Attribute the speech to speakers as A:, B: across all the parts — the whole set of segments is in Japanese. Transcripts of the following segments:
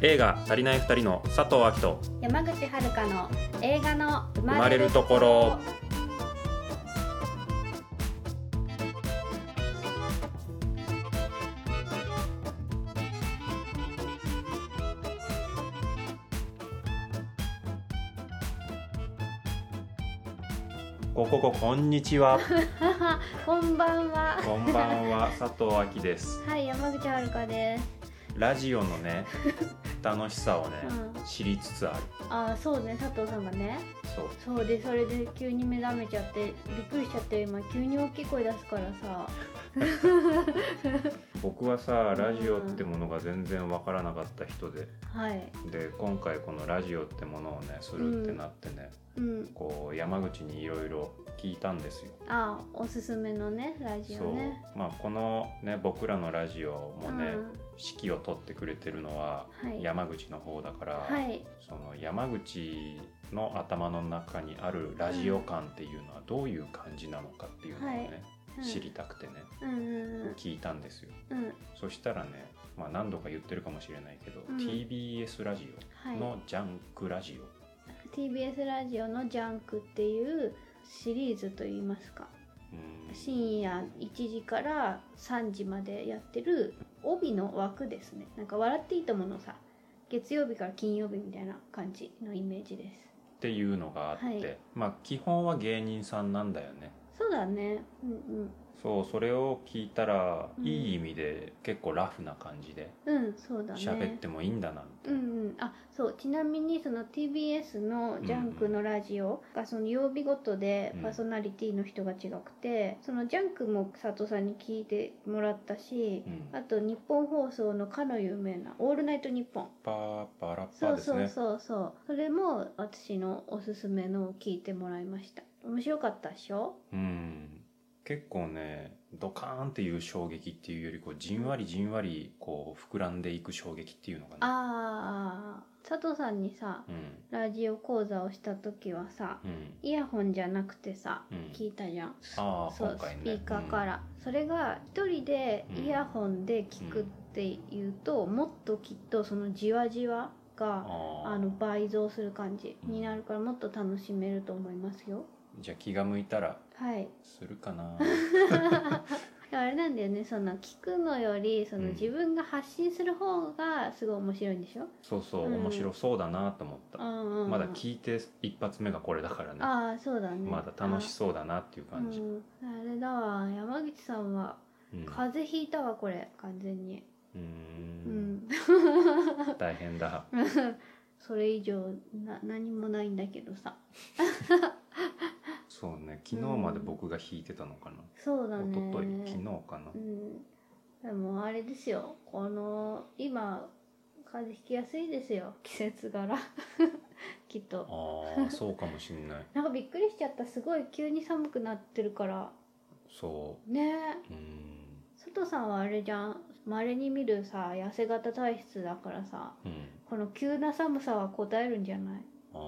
A: 映画「足りない2人」の佐藤明人
B: 山口遥の映画の
A: 「生
B: 生
A: まれるところ」ここここんにちは
B: こんばんは
A: こんばんは佐藤明です
B: はい山口遥です
A: ラジオのね楽しさをね、
B: うん
A: 知りつつある
B: あーそうね佐藤さんがね
A: そう
B: そうでそれで急に目覚めちゃってびっくりしちゃって今急に大きい声出すからさ
A: 僕はさラジオってものが全然わからなかった人で
B: はい
A: で今回このラジオってものをねするってなってね、
B: うん
A: こう山口にいろいろ聞いたんですよ。
B: あーおすすめのねラジ
A: そ
B: オ
A: う
B: ね
A: まあこのね僕らのラジオもね、
B: うん
A: 指揮を取ってくれてるのは
B: はい
A: 山口の方だから、
B: はい
A: その山口の頭の中にあるラジオ感っていうのはどういう感じなのかっていうのをね、
B: うん
A: 知りたくてね
B: うんうん
A: 聞いたんですよ。
B: うんうん
A: そしたらね、まあ、何度か言ってるかもしれないけど、
B: うん
A: TBS ラジ
B: は
A: オ
B: い
A: のジャンクラジオ、
B: TBS ラジオの「ジャンク」っていうシリーズといいますか
A: うん
B: 深夜1時から3時までやってる帯の枠ですねなんか「笑っていいとも」のさ月曜日から金曜日みたいな感じのイメージです
A: っていうのがあって、
B: はい
A: まあ基本は芸人さんなんだよね
B: そうだねうん
A: そうそれを聞いたら、
B: うん
A: いい意味で結構ラフな感じで
B: うんうんそうだね
A: 喋ってもいいんだなみた
B: う
A: いな、
B: んうん、あそうちなみにその TBS の「ジャンク」のラジオがその曜日ごとで
A: うん
B: パーソナリティの人が違くて、その「ジャンク」も佐藤さんに聞いてもらったし、
A: うん
B: あと日本放送のかの有名な「オールナイトニッポン
A: パーパラッ」パ
B: そ
A: ー
B: う
A: です
B: そう
A: ね
B: そうそうそれも私のおすすめのを聞いてもらいました面白かったっしょ
A: うん結構ねドカーンっていう衝撃っていうよりこうじんわりじんわりこう膨らんでいく衝撃っていうのかな
B: あー佐藤さんにさ
A: うん
B: ラジオ講座をした時はさ
A: うん
B: イヤホンじゃなくてさ、
A: うん
B: 聞いたじゃん
A: ああ
B: そ
A: 今
B: う、
A: 回
B: ス
A: ね
B: ピーカーから、それが一人でイヤホンで聞くっていうと、もっときっとそのじわじわ
A: うん
B: が
A: ああ
B: あの倍増する感じになるからもっと楽しめると思いますよ
A: じゃあ気が向いたら
B: はい
A: するか な
B: あれなんだよねその聞くのよりそ
A: うん
B: の自分が発信する方がすごい面白いんでしょ、
A: そうそう、
B: うん
A: 面白そうだなと思った
B: うん、うんうん
A: まだ聞いて一発目がこれだからね
B: ああそうだね
A: まだ楽しそうだなっていう感じ、
B: うん、あれだわ山口さんは
A: うん
B: 風邪ひいたわこれ完全に
A: うー
B: うんん
A: 大変だ
B: それ以上な何もないんだけどさ
A: そうね昨日まで僕が弾いてたのかな、
B: そうだね
A: 一昨日昨日かな、
B: うんでもあれですよこの今風邪ひきやすいですよ季節柄 きっと
A: ああそうかもしんない
B: なんかびっくりしちゃったすごい急に寒くなってるから
A: そ
B: ねえ
A: ううーん
B: 佐藤さんはあれじゃんまれに見るさ痩せ型体質だからさ
A: うん
B: この急な寒さは応えるんじゃない
A: あ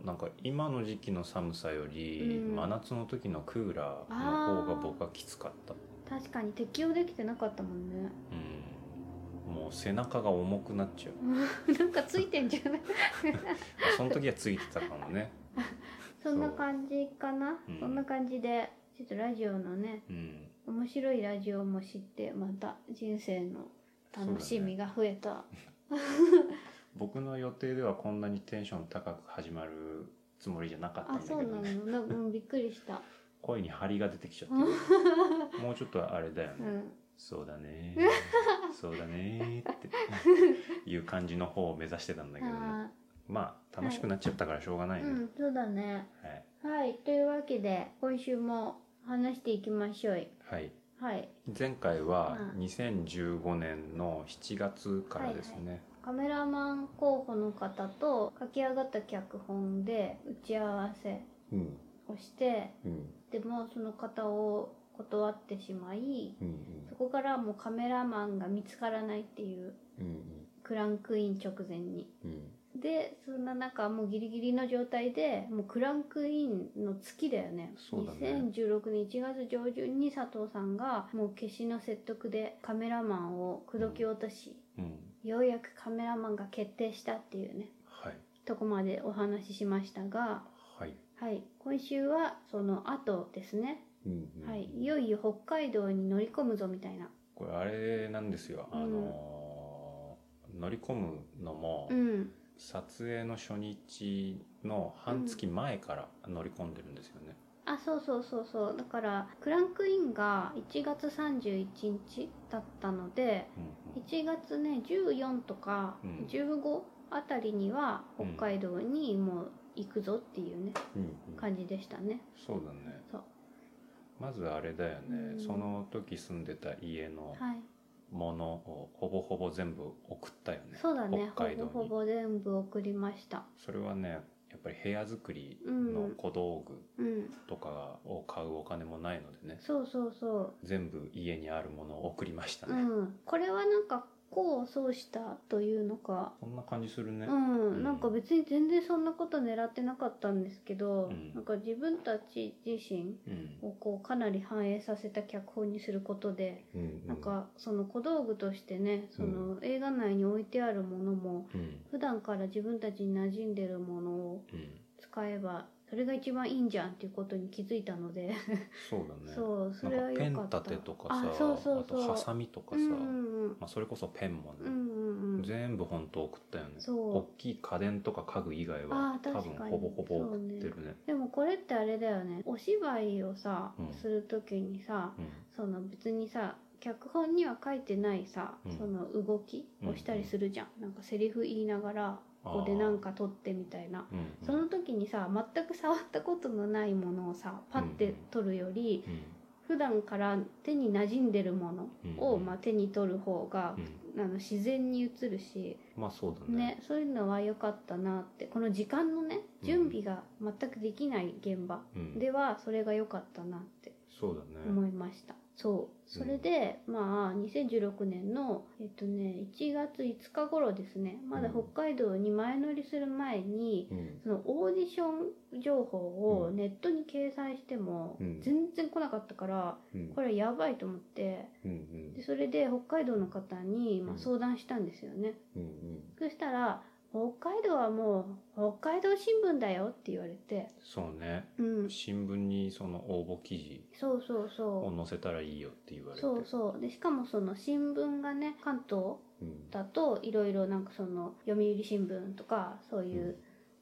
A: ーなんか今の時期の寒さより、
B: うん
A: 真夏の時のクーラーの方が僕はきつかった、
B: 確かに適応できてなかったもんね
A: うん、もう背中が重くなっちゃう
B: なんかついてんじゃない
A: あその時はついてたかもね
B: そんな感じかな
A: うん
B: そんな感じでちょっとラジオのね
A: うん
B: 面白いラジオも知ってまた人生の楽しみが増えた、
A: 僕の予定ではこんなにテンション高く始まるつもりじゃなかったん
B: あ
A: だけ
B: そ
A: ど
B: うなの
A: ね
B: なんかうんびっくりした
A: 声に張りが出てきちゃ ってるもうちょっとあれだよ
B: う
A: ね、
B: ん
A: そうだ ねそうだねっていう感じの方を目指してたんだけどね
B: あ
A: まあ楽しくなっちゃったからしょうがな
B: ー
A: いうね、
B: んそうだね
A: はい、
B: はいというわけで今週も話していきましょうい
A: はい、
B: はい
A: 前回は
B: うん
A: 2015年の7月からですね、
B: カメラマン候補の方と書き上がった脚本で打ち合わせ
A: うん
B: をして
A: うん
B: でもその方を断ってしまい
A: うん
B: そこからもうカメラマンが見つからないっていう
A: うんうん
B: クランクイン直前に
A: うん
B: でそんな中もうギリギリの状態でもうクランクインの月だよね
A: そうだね
B: 2016年1月上旬に佐藤さんがもう決死の説得でカメラマンを口説き落とし、
A: うん
B: ようやくカメラマンが決定したっていうね
A: はい
B: とこまでお話ししましたが
A: はい、
B: はい今週はその後ですね、
A: うんうん
B: はい、いよいよ北海道に乗り込むぞみたいな
A: これあれなんですよ、
B: うん
A: あのー乗り込むのも、
B: うん
A: 撮影の初日の半月前から乗り込んでるんですよね、
B: あそうそうそうそうだからクランクインが1月31日だったので
A: うんうん
B: 1月ね14とか
A: うん
B: 15あたりには
A: う
B: 北
A: ん
B: 海道にもう行くぞっていうね
A: うんうん
B: 感じでしたね
A: そうだね
B: そう
A: まずあれだよね、
B: うん
A: その時住んでた家の
B: はい
A: ものをほぼほぼ全部送ったよね
B: そうだねほ
A: 北海道
B: ぼ
A: に
B: ほぼ全部送りました
A: それはねやっぱり部屋作りの小道具
B: うん
A: とかを買うお金もないのでね、
B: そうそうそ
A: 全部家にあるものを送りました
B: うう
A: ね、
B: んこれはなんか功を奏したというのか
A: そんな感じするね、
B: うん、なんか別に全然そんなこと狙ってなかったんですけど、
A: うん
B: なんか自分たち自身
A: うん
B: をこうかなり反映させた脚本にすることで、
A: うう
B: なんかその小道具としてねその映画内に置いてあるものも
A: うん
B: 普段から自分たちに馴染んでるものを
A: うん
B: 使えばそれが一番いいんじゃんっていうことに気づいたので、
A: そうだね
B: そうそれは
A: なんかペ
B: 良かっ
A: ン
B: た
A: 立てとかさ
B: あそうそ
A: あ
B: うそう
A: とハサミとか
B: う
A: さ、
B: んうん
A: まあ、それこそペンもね、
B: うんうんうん
A: 全部本当送ったよね
B: そう
A: 大きい家電とか家具以外は
B: あー
A: 多分
B: 確かに
A: ほぼほぼ送ってるね
B: でもこれってあれだよねお芝居をさ、
A: うん
B: する時にさ、
A: う
B: その別にさ脚本には書いてないさ、
A: うん
B: その動きをしたりするじゃん、なんかセリフ言いながらここでなんか撮ってみたい
A: ん
B: な、
A: うん
B: その時にさ全く触ったことのないものをさパッて撮るより、
A: うん
B: 普段から手に馴染んでるものを、
A: うん
B: まあ、手に取る方が
A: う、ん
B: あの自然に映るし、
A: まあそうだね
B: ねそういうのは良かったなってこの時間のね
A: うん
B: 準備が全くできない現場
A: うん
B: ではそれが良かったなって
A: そうだね
B: 思いました。そう。それで、まあ、2016年の、えっとね、1月5日頃ですね、まだ
A: うん
B: 北海道に前乗りする前に、
A: うん
B: そのオーディション情報をネットに掲載しても、
A: うん
B: 全然来なかったから、
A: うん
B: これやばいと思って、
A: うん
B: でそれで北海道の方に、
A: う
B: まあ、
A: ん
B: 相談したんですよね。
A: うんうん
B: そしたら、北海道はもう、北海道新聞だよって言われて、
A: そうね
B: うん、
A: 新聞にその応募記事
B: そうそうそう。
A: を載せたらいいよって言われて
B: そうそうでしかもその新聞がね関東
A: うん
B: だといろいろなんかその読売新聞とかそういう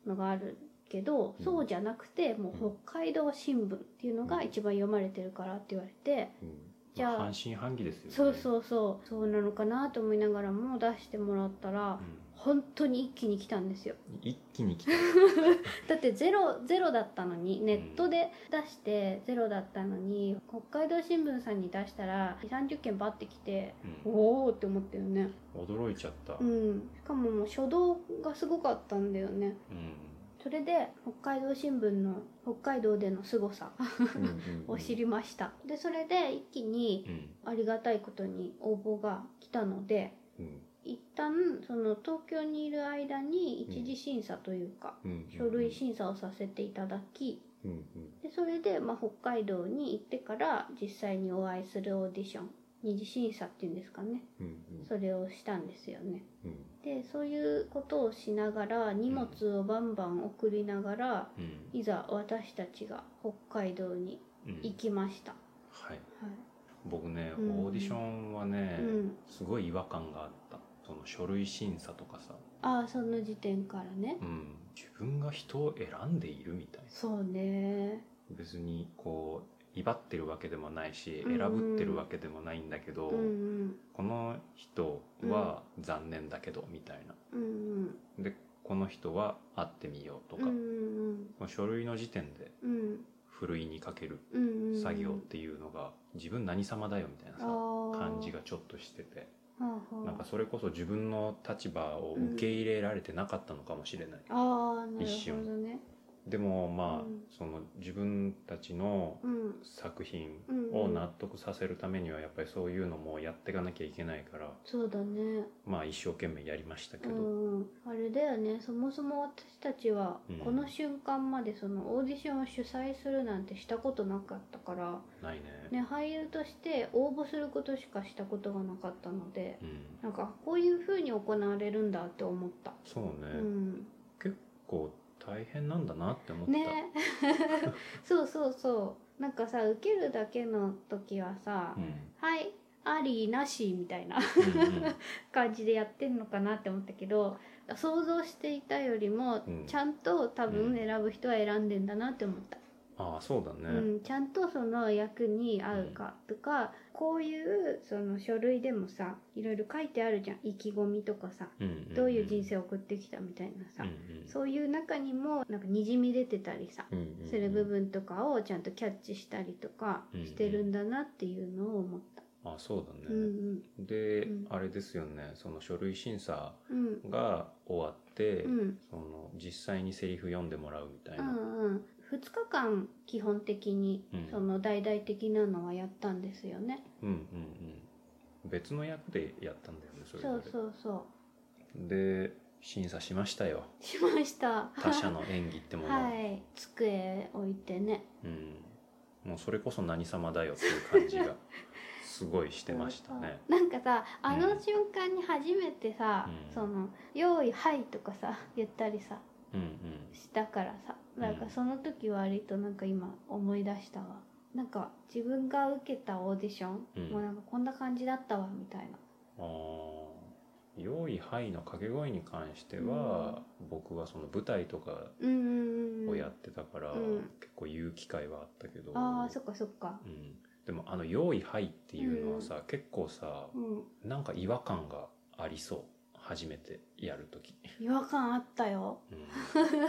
B: のがあるけど、
A: うん
B: そうじゃなくてもう北海道新聞っていうのが一番読まれてるからって言われて、
A: うん
B: じゃあ
A: ま半信半疑ですよね
B: そうそうそうそうなのかなと思いながらも出してもらったら
A: う、ん
B: 本当に一気に来たんですよ
A: 一気に来た
B: だってゼロゼロだったのにネットで出してゼロだったのに北海道新聞さんに出したら30件バッて来て
A: うん
B: おおって思ったよね
A: 驚いちゃった
B: う
A: うん
B: ん、しかももう初動がすごかったんだよねそれで北海道新聞の北海道での凄さ
A: うんうん
B: を知りました、でそれで一気に
A: うん
B: ありがたいことに応募が来たので
A: うん
B: 一旦その東京にいる間に一次審査というか、
A: うん
B: 書類審査をさせていただき
A: うんうん
B: でそれで、まあ、北海道に行ってから実際にお会いするオーディション二次審査っていうんですかね
A: うんうん
B: それをしたんですよね
A: うん
B: でそういうことをしながら荷物をバンバン送りながら、
A: うん
B: いざ私たちが北海道に
A: うん
B: 行きました、
A: はい
B: はい
A: 僕ね
B: うん
A: オーディションはね
B: うん
A: すごい違和感があったその書類審査とかさ
B: ああその時点からね、
A: うん自分が人を選んでいるみたいな
B: そうね
A: 別にこう威張ってるわけでもないし
B: うんう
A: 選
B: ん
A: ぶってるわけでもないんだけど
B: うんうん
A: この人は残念だけどみたいな
B: うんうん
A: でこの人は会ってみようと
B: うんう
A: か
B: ん
A: この書類の時点で
B: うん
A: ふるいにかける
B: うんうん
A: 作業っていうのが自分何様だよみたいなさ感じ
B: が
A: がちょっとしてて
B: はあはあ
A: なんかそれこそ自分の立場を受け入れられてなかったのかもしれない、
B: ああなる
A: 一
B: ほどね
A: でもまあ、
B: うん
A: その自分たちの
B: うん
A: 作品
B: うん
A: を納得させるためにはやっぱりそういうのもやっていかなきゃいけないから
B: そうだね
A: まあ一生懸命やりましたけ
B: う
A: ど、
B: んあれだよねそもそも私たちは
A: うん
B: この瞬間までそのオーディションを主催するなんてしたことなかったから、
A: ないね
B: ね、俳優として応募することしかしたことがなかったので
A: うん
B: なんかこういう風に行われるんだって思った、
A: そうね、
B: うん
A: 結構大変なんだなって思った、
B: ね そうそうそうなんかさ受けるだけの時はさ「
A: うん
B: はいありなし」みたいな
A: うん うん
B: 感じでやってんのかなって思ったけど想像していたよりも
A: うん
B: ちゃんと多
A: う
B: 分
A: ん
B: 選ぶ人は選んでんだなって思った、
A: ああそうだ
B: う
A: ね、
B: んちゃんとその役に合うかとか、こういうその書類でもさいろいろ書いてあるじゃん意気込みとかさ
A: うんんん
B: どういう人生を送ってきたみたいなさ、
A: うんうん
B: そういう中にもなんかにじみ出てたりさ、
A: うんうんうん
B: する部分とかをちゃんとキャッチしたりとか
A: うんうん
B: してるんだなっていうのを思った。
A: あそうだ
B: うん
A: ね、で、
B: うん
A: あれですよねその書類審査
B: うんうん
A: が終わって、
B: うん
A: その実際にセリフ読んでもらうみたいうな、
B: んうん2日間基本的に
A: うん
B: その大々的なのはやったんですよね。
A: うんうんうん別の役でやったんだよねそれぞれ
B: そうそうそ
A: で審査しました よ
B: うしました。
A: 他者の演技ってものを、
B: はい机置いてね。
A: うん、もうそれこそ何様だよっていう感じ がすごいしてましたね
B: うん。なんかさ
A: うん
B: あの瞬間に初めてさ、
A: うん
B: その用意はいとかさ言ったりさ
A: うん
B: したからさなんかその時割となんか今思い出したわなんか自分が受けたオーディション、
A: うん
B: もうなんかこんな感じだったわみたいな
A: うんあー用意はいの掛け声に関しては、僕はその舞台とか
B: うんうんうん
A: をやってたから、
B: うん
A: 結構言う機会はあったけど
B: ああそっかそっか
A: うん、でもあの「用意はい」っていうのはさ、結構さ
B: うん
A: なんか違和感がありそう初めてやる時、
B: 違和感あったよ
A: うん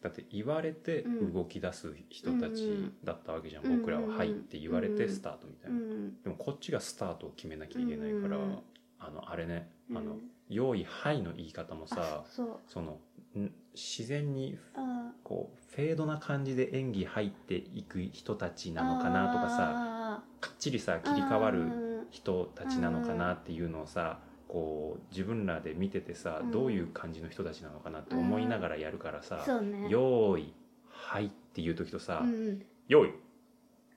A: だって言われて
B: うん
A: 動き出す人た
B: うんう
A: ち
B: ん
A: だったわけじゃん、
B: うんうん
A: 僕らは「はい」って言われてスタートみた
B: う
A: いな、
B: ん
A: でもこっちがスタートを決めなきゃいけないから、
B: うんうん
A: あのあれね「あ
B: う
A: の
B: ん
A: 用意はい」の言い方もさ
B: あそう
A: そのん自然に
B: あ
A: こうフェードな感じで演技入っていく人たち
B: ー
A: なのかなとかさ
B: あ
A: かっちりさ
B: ー
A: 切り替わ
B: う
A: る
B: ん
A: 人たちなのかなっていうのをさこう自分らで見ててさ、
B: うん
A: どういう感じの人たちなのかなって思いながらやるからさ
B: そう
A: 「
B: ね
A: 用意はい」っていう時とさ
B: うんうん
A: 「用意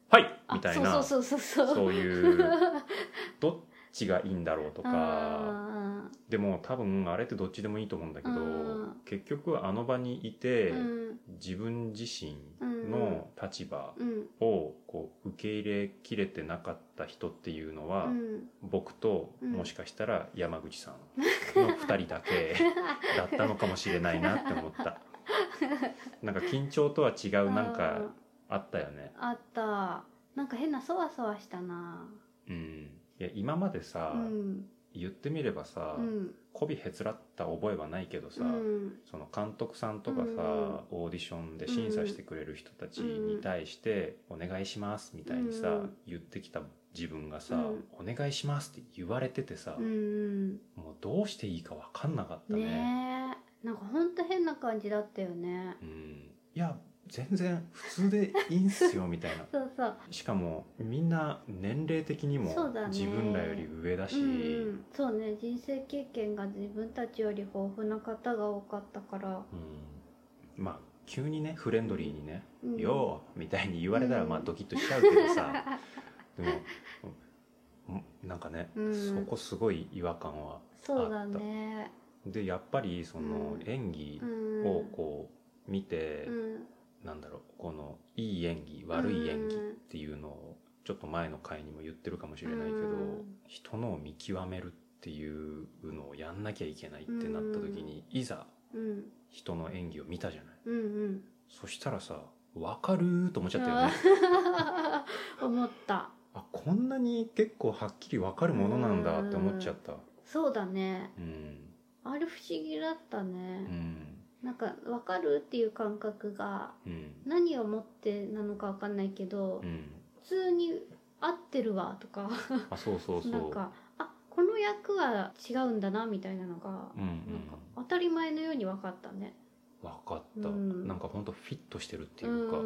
A: はい」
B: あ
A: みたいな
B: そうそうそうそう
A: そういうどっちがいいんだろうとか
B: あ
A: でも多分あれってどっちでもいいと思うんだけど
B: うん
A: 結局あの場にいて、
B: ーうん
A: 自分自身の立場
B: うん
A: をこう受け入れきれてなかった人っていうのは、
B: うん
A: 僕と
B: うん
A: もしかしたら山口さんの2人だけだったのかもしれないなって思 ったなんか緊張とは違うなん
B: あ
A: か
B: ー
A: あったよね
B: あったなんか変なそわそわしたな
A: うんいや今までさ、
B: うん
A: 言ってみればさ
B: うん
A: 媚びへつらった覚えはないけどさ、
B: うん
A: その監督さんとかさ、
B: うん
A: オーディションで審査してくれる人たちに対して「お願いします」みたいにさ、
B: うん
A: 言ってきた自分がさ
B: うん
A: 「お願いします」って言われててさ、
B: うん
A: もうどうしていいか分かんなかった
B: ね
A: ね
B: えなんかほんと変な感じだったよね
A: うん、いや全然普通でいいんすよみたい な
B: そうそう
A: しかもみんな年齢的にも
B: そうだね
A: 自分らより上だし
B: うんうんそうね人生経験が自分たちより豊富な方が多かったから
A: うんまあ急にねフレンドリーにね
B: 「
A: 「
B: うん
A: よう」みたいに言われたら
B: うん
A: まあドキッとしちゃうけどさ でもうんなんかね、
B: うん
A: そこすごい違和感は
B: そうだね
A: でやっぱりその
B: うん
A: 演技
B: うん
A: をこう見て、
B: うん
A: なんだろうこのいい演技悪い演技っていうのをちょっと前の回にも言ってるかもしれないけど、
B: うん
A: 人のを見極めるっていうのをやんなきゃいけないってなった時に、いざ
B: うん
A: 人の演技を見たじゃない
B: うんうん
A: そしたらさ分かるーと思っちゃったよね
B: 思った
A: あこんなに結構はっきり分かるものなんだって思っちゃった
B: そうだね
A: うん
B: あれ不思議だったね、
A: うん
B: なんか分かるっていう感覚が
A: うん
B: 何をもってなのか分かんないけど、
A: うん
B: 普通に合ってるわとか
A: あそうそうそう
B: なんかあこの役は違うんだなみたいなのが、
A: うんうん
B: なんか当たり前のように分かったね。
A: わかった、
B: うん
A: なんかほんとフィットしてるって
B: う
A: い
B: ん
A: うか、
B: う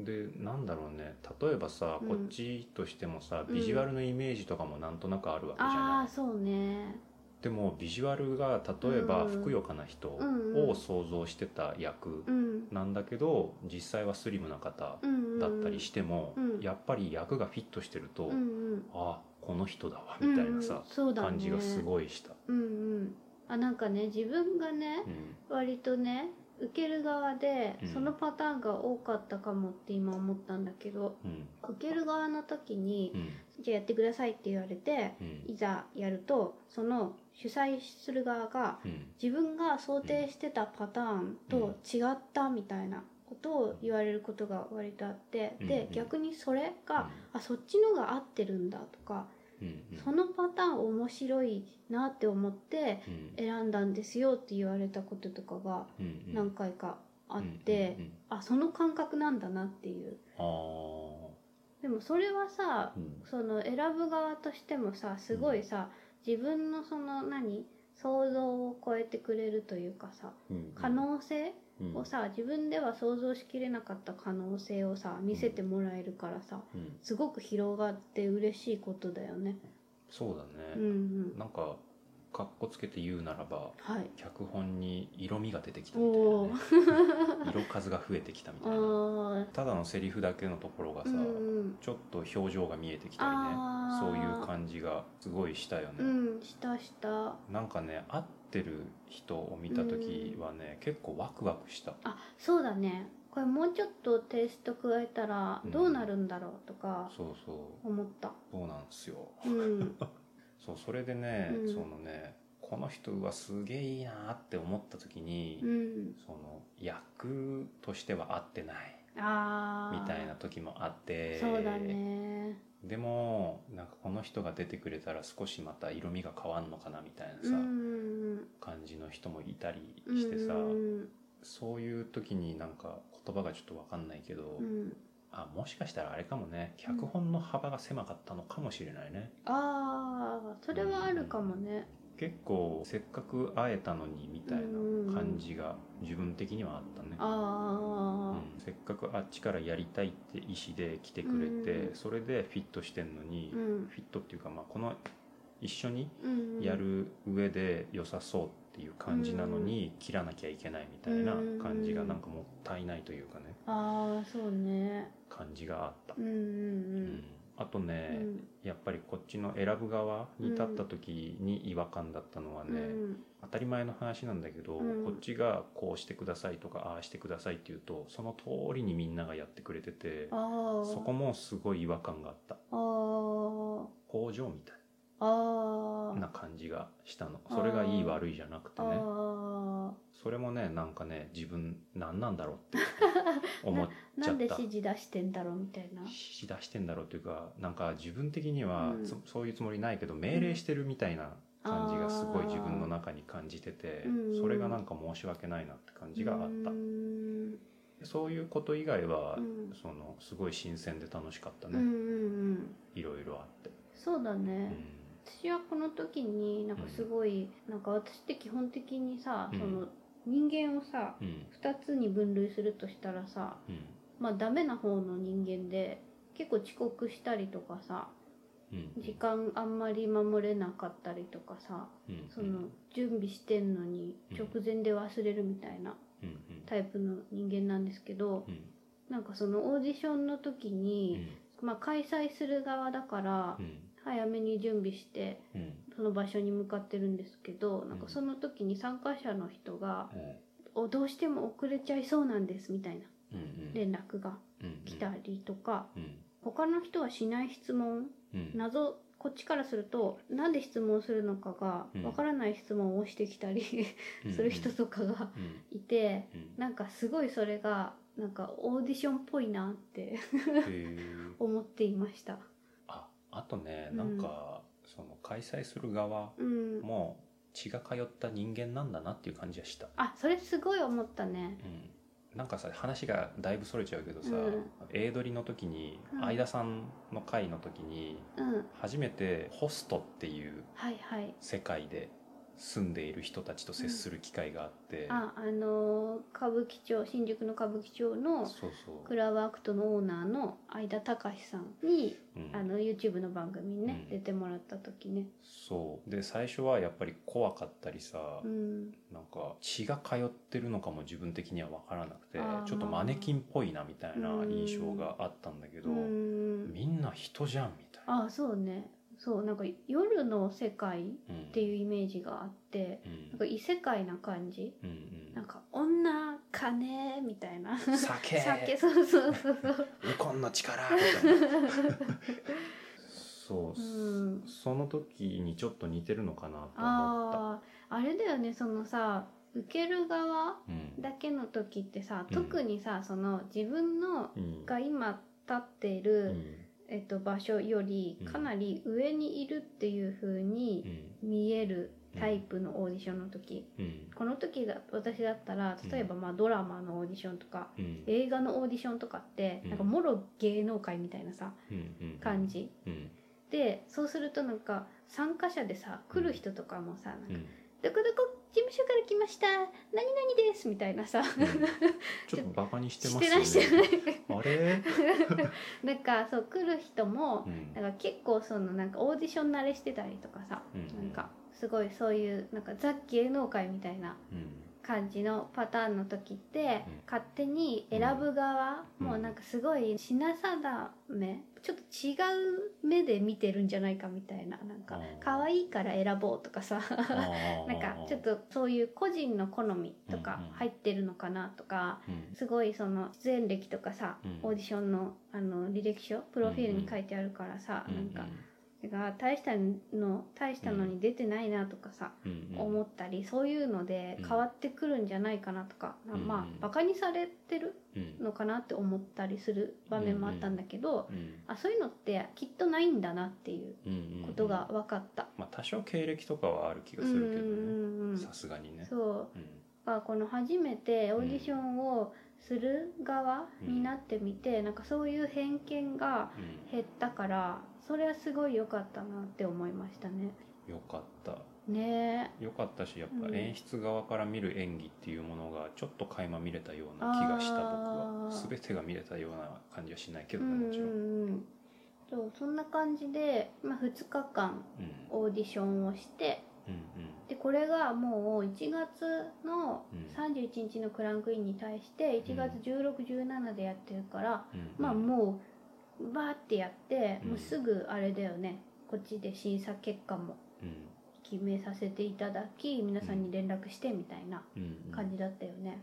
B: ん
A: でなんだろうね例えばさ、
B: うん
A: こっちとしてもさ
B: うん
A: ビジュアルのイメージとかもなんとなくあるわけじゃ
B: あ
A: ない、
B: あそうね
A: でもビジュアルが例えば
B: うん
A: ふくよかな人
B: うん
A: を想像してた役
B: うん
A: なんだけど実際はスリムな方
B: うん
A: だったりしても、
B: うん
A: やっぱり役がフィットしてると、
B: うんうん
A: あこの人だわみたいな
B: うん
A: さ
B: うん、そうだね
A: 感じがすごいした、
B: うんうんあなんかね自分がね
A: うん
B: 割とね受ける側で
A: うん
B: そのパターンが多かったかもって今思ったんだけど、
A: うん
B: 受ける側の時に
A: う、ん
B: じゃあやってくださいって言われて
A: うん
B: いざやるとその主催する側が
A: うん
B: 自分が想定してたパターンと違ったみたいなことを言われることが割とあって、
A: うん
B: で
A: うん
B: 逆にそれが、あそっちのが合ってるんだとか、
A: うんうん
B: そのパターン面白いなって思って
A: うん
B: 選んだんですよって言われたこととかが
A: うんうん
B: 何回かあって、
A: うんうんうん
B: あその感覚なんだなっていう
A: あ
B: でもそれはさ
A: ーうん
B: その選ぶ側としてもさすごいさ、自分のその何想像を超えてくれるというかさ
A: うんうん
B: 可能性
A: うん
B: をさ自分では想像しきれなかった可能性をさ見せてもらえるからさ
A: うん
B: すごく広がって嬉しいことだよね。
A: そうだ
B: うん
A: ね、
B: うん、
A: なんかかっこつけて言うならば
B: はい
A: 脚本に色味が出てきたみたいなね、 色数が増えてきたみ
B: あ
A: たいな
B: ー
A: ただのセリフだけのところが
B: う
A: さ、
B: んうん
A: ちょっと表情が見えてきたりね
B: あ
A: そ
B: ー
A: ういう感じがすごいしたよね、
B: うんしたした
A: なんかね合ってる人を見た時はね、結構ワクワクした
B: あそうだねこれもうちょっとテイスト加えたら
A: うん
B: どうなるんだろうとか
A: そうそう
B: 思った
A: そうなんですよ
B: うん
A: そうそれでね、
B: うん
A: そのねこの人はすげえいいなって思った時に、
B: うん
A: その役としては合ってない
B: あ
A: み
B: あ
A: たいな時 もあって
B: そうだね
A: でもなんかこの人が出てくれたら少しまた色味が変わんのかなみたいな
B: うん
A: さ、
B: うん
A: 感じの人もいたり
B: うん
A: してさ、
B: うん
A: そういう時になんか言葉がちょっと分かんないけど、
B: うん
A: あもしかしたらあれかもね脚本の幅が狭かったのかもしれないね、
B: ああそれはあるかもね
A: 結構せっかく会えたのにみたいな感じが自分的にはあったね、
B: あ
A: うんせっかくあっちからやりたいって意思で来てくれて、
B: うん
A: それでフィットしてんのに、
B: あうん
A: フィットっていうか、まあ、この一緒に
B: うん
A: やる上で良さそうっていう感じなのに、切らなきゃいけないみたいな感じが
B: うん
A: なんかもったいないというかね
B: ああそうね
A: 感じがあった、
B: うん
A: う
B: うん
A: んあと
B: う
A: ね、
B: ん
A: やっぱりこっちの選ぶ側に立った時に違和感だったのは
B: うん
A: ね、当たり前の話なんだけど、
B: うん
A: こっちがこうしてくださいとかああしてくださいっていうとその通りにみんながやってくれてて
B: ああ
A: そこもすごい違和感があった
B: ああ
A: 工場みた
B: あ
A: いな感じがしたのそれがいい悪いじゃなくて
B: あ、
A: ね
B: あ
A: それもねなんかね自分何なんだろう って思っ
B: あ
A: ち
B: な
A: ゃ
B: ん
A: っ
B: で
A: た
B: 指示出してんだろうみたいな
A: し出してんだろうというかなんか自分的には
B: うん
A: そ,、ういうつもりないけど命令してるみたいな感じがすごい自分の中に感じてて、
B: うん
A: それがなんか申し訳ないなって感じがあった、
B: うーん
A: そういうこと以外は、
B: うん
A: そのすごい新鮮で楽しかった
B: うんう
A: ね、
B: んうん
A: いろいろあって、
B: そうだ
A: う
B: ね、
A: ん
B: 私はこの時になんかすごい、なんか私って基本的にさ、
A: うん
B: その人間をさ
A: うん
B: 2つに分類するとしたらさ
A: うん
B: まあダメな方の人間で結構遅刻したりとかさ
A: うん
B: 時間あんまり守れなかったりとかさ
A: うん
B: その準備してんのに直前で忘れるみたいな
A: うんうん
B: タイプの人間なんですけど
A: うん
B: なんかそのオーディションの時
A: うん
B: に、まあ、開催する側だから
A: うん
B: 早めに準備して
A: うん
B: その場所に向かってるんですけどなんかその時に参加者の人が「おどうしても遅れちゃいそうなんです」みたいな
A: うん
B: 連絡が
A: うん
B: 来たりとか
A: うん
B: 他の人はしない質問
A: うん
B: 謎こっちからするとなんで質問するのかが
A: うん
B: わからない質問をしてきたりする人とかが
A: うんうん
B: いて
A: うん
B: なんかすごいそれがなんかオーディションっぽいなって
A: へー
B: 思っていました。
A: ああとねなんか、その開催する側
B: うん、
A: も血が通った人間なんだなっていう感じはした、
B: あそれすごい思ったね。
A: うん、なんかさ話がだいぶそれちゃうけどさ、
B: うん
A: エイドリの時に、
B: うん
A: 相田さんの回の時に
B: うん
A: 初めてホストっていう
B: はいはい。
A: 世界で住んでいる人たちと接する機会があって、
B: ああのー歌舞伎町新宿の歌舞伎町の
A: そうそう
B: ク、ラワークトのオーナーの相田隆さんに
A: うん
B: あの YouTube の番組にね、
A: うん
B: 出てもらった時ね
A: そうで最初はやっぱり怖かったりさ、
B: うん
A: なんか血が通ってるのかも自分的には分からなくて
B: あー
A: ちょっとマネキンっぽいなみたいな印象があったんだけ
B: う
A: ど、
B: ん
A: みんな人じゃんみたいな。
B: あそうねそうなんか夜の世界
A: うん
B: っていうイメージがあって
A: う
B: なん
A: ん
B: か異世界な感じ
A: うんう
B: なん
A: ん
B: か女金みたい な
A: 酒
B: 酒そうそう そうそう
A: ウコンの力みたいなそう、
B: うん
A: その時にちょっと似てるのかなと思った
B: あああれだよねそのさ受ける側
A: うん
B: だけの時ってさ
A: うん
B: 特にさ、その自分の
A: うん
B: が今立っていうる、
A: ん
B: えっと、場所より
A: うん
B: かなり上にいるっていう
A: う
B: 風に
A: ん
B: 見えるタイプのオーディションの時、
A: うん
B: この時だ私だったら例えばまあドラマのオーディションとか、
A: うん
B: 映画のオーディションとかって
A: うん
B: なんかもろ芸能界みたいなさ
A: うんうん
B: 感じ
A: うん
B: でそうするとなんか参加者でさ来る人とかもさなんか
A: うん
B: どこどこ事務所から来ました何々ですみたいなさ、
A: うんちょっとバカにしてます
B: してないしてない
A: あれ、
B: なんかそう来る人も
A: う、ん
B: なんか結構そのなんかオーディション慣れしてたりとかさ、
A: うんうん
B: なんかすごいそういうなんかザ芸能界みたいな
A: うん
B: 感じのパターンの時って、勝手に選ぶ側、
A: うん
B: もうなんかすごい品定めちょっと違う目で見てるんじゃないかみたいななん
A: あ
B: か
A: ー
B: 可愛いから選ぼうとかさな
A: あー
B: んかちょっ、とそういう個人の好みと
A: う
B: か
A: んうん
B: 入ってるのかなとか。
A: うん
B: すごいその出演歴とかさ、
A: うん
B: オーディションのあの履歴書プロフィールに書いてあるからさ、
A: うん
B: なんかだから大したの大したのに出てないなとかさ、
A: うんうん
B: 思ったりそういうので
A: うん
B: 変わってくるんじゃないかなとか、な
A: うん
B: まあバカにされてる
A: うん
B: のかなって思ったりする場面もあったんだけど、
A: うん
B: あそういうのってきっとないんだなっていう
A: うんうん
B: ことが分かった。
A: まあ多少経歴とかはある気が
B: う
A: す
B: んうん
A: るけど
B: うんう
A: ね
B: ん
A: さすがにね
B: そ
A: う
B: う
A: ん
B: がこの初めてオーディションをする側になってみて、なんかそういう偏見が
A: うん
B: 減ったからそれはすごい良かったなって思いましたね。
A: よかった
B: ね
A: よかったしやっぱ
B: うん
A: 演出側から見る演技っていうものがちょっと垣間見れたような気がした僕
B: あ
A: は
B: ー
A: 全てが見れたような感じはしないけ
B: え、う
A: ど
B: ん
A: ね
B: う
A: もちろん、うん
B: んうん、そうそんな感じで、まあ、2日間オーディションをして
A: うん
B: でこれがもう1月の
A: うん
B: 31日のクランクインに対して1月1617でやってるから、
A: うんうん
B: まあもうバーってやって、
A: うん
B: もうすぐあれだよねこっちで審査結果も
A: うん
B: 決めさせていただき皆さんに連絡してみたいな
A: うんうん
B: 感じだったよね、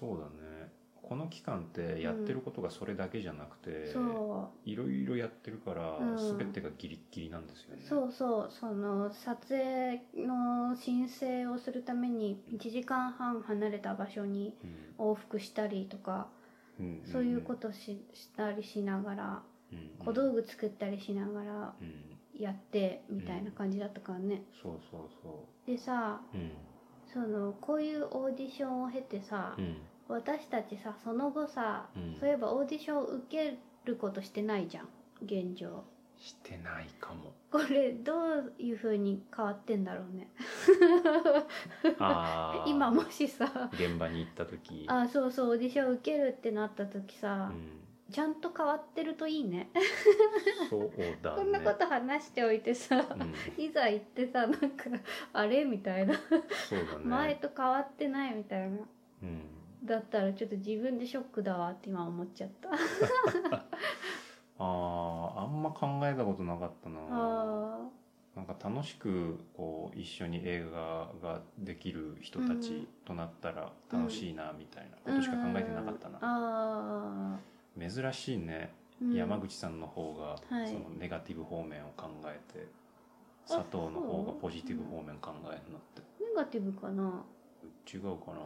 A: そうだねこの期間ってやってることがそれだけじゃなくて、
B: そ
A: いろいろやってるから、
B: うん
A: 全てがギリッギリなんですよね
B: うそうそうその撮影の申請をするために1時間半離れた場所に
A: うん
B: 往復したりとか
A: うん
B: そういうことししたりしながら
A: うんうん
B: 小道具作ったりしながら
A: うん
B: やってみたいな感じだったからね。
A: そうそうそ
B: でさ
A: ううん
B: そのこういうオーディションを経てさ、
A: うん
B: 私たちさその後さ、
A: うん
B: そういえばオーディションを受けることしてないじゃん現状
A: してないか も
B: これどういう風に変わってんだろうね
A: あー
B: 今もしさ
A: 現場に行った時
B: あそうそうオーディション受けるってなった時さ
A: う、ん
B: ちゃんと変わってるといいね
A: そうだね
B: こんなこと話しておいてさ、
A: うん
B: いざ行ってさなんかあれみたいな、
A: そうだね
B: 前と変わってないみたいな
A: うん
B: だったらちょっと自分でショックだわって今思っちゃった
A: あーあんま考えたことなかったな
B: あー
A: なんか楽しくこう一緒に映画ができる人たちとなったら楽しいなみたいなことしか考えてなかった
B: うん
A: な、
B: あ
A: 珍しいね、
B: ー、うん
A: 山口さんの方が
B: はい
A: そのネガティブ方面を考えて佐藤の方がポジティブ方面考えるのって
B: ネガティブかな
A: 違うかな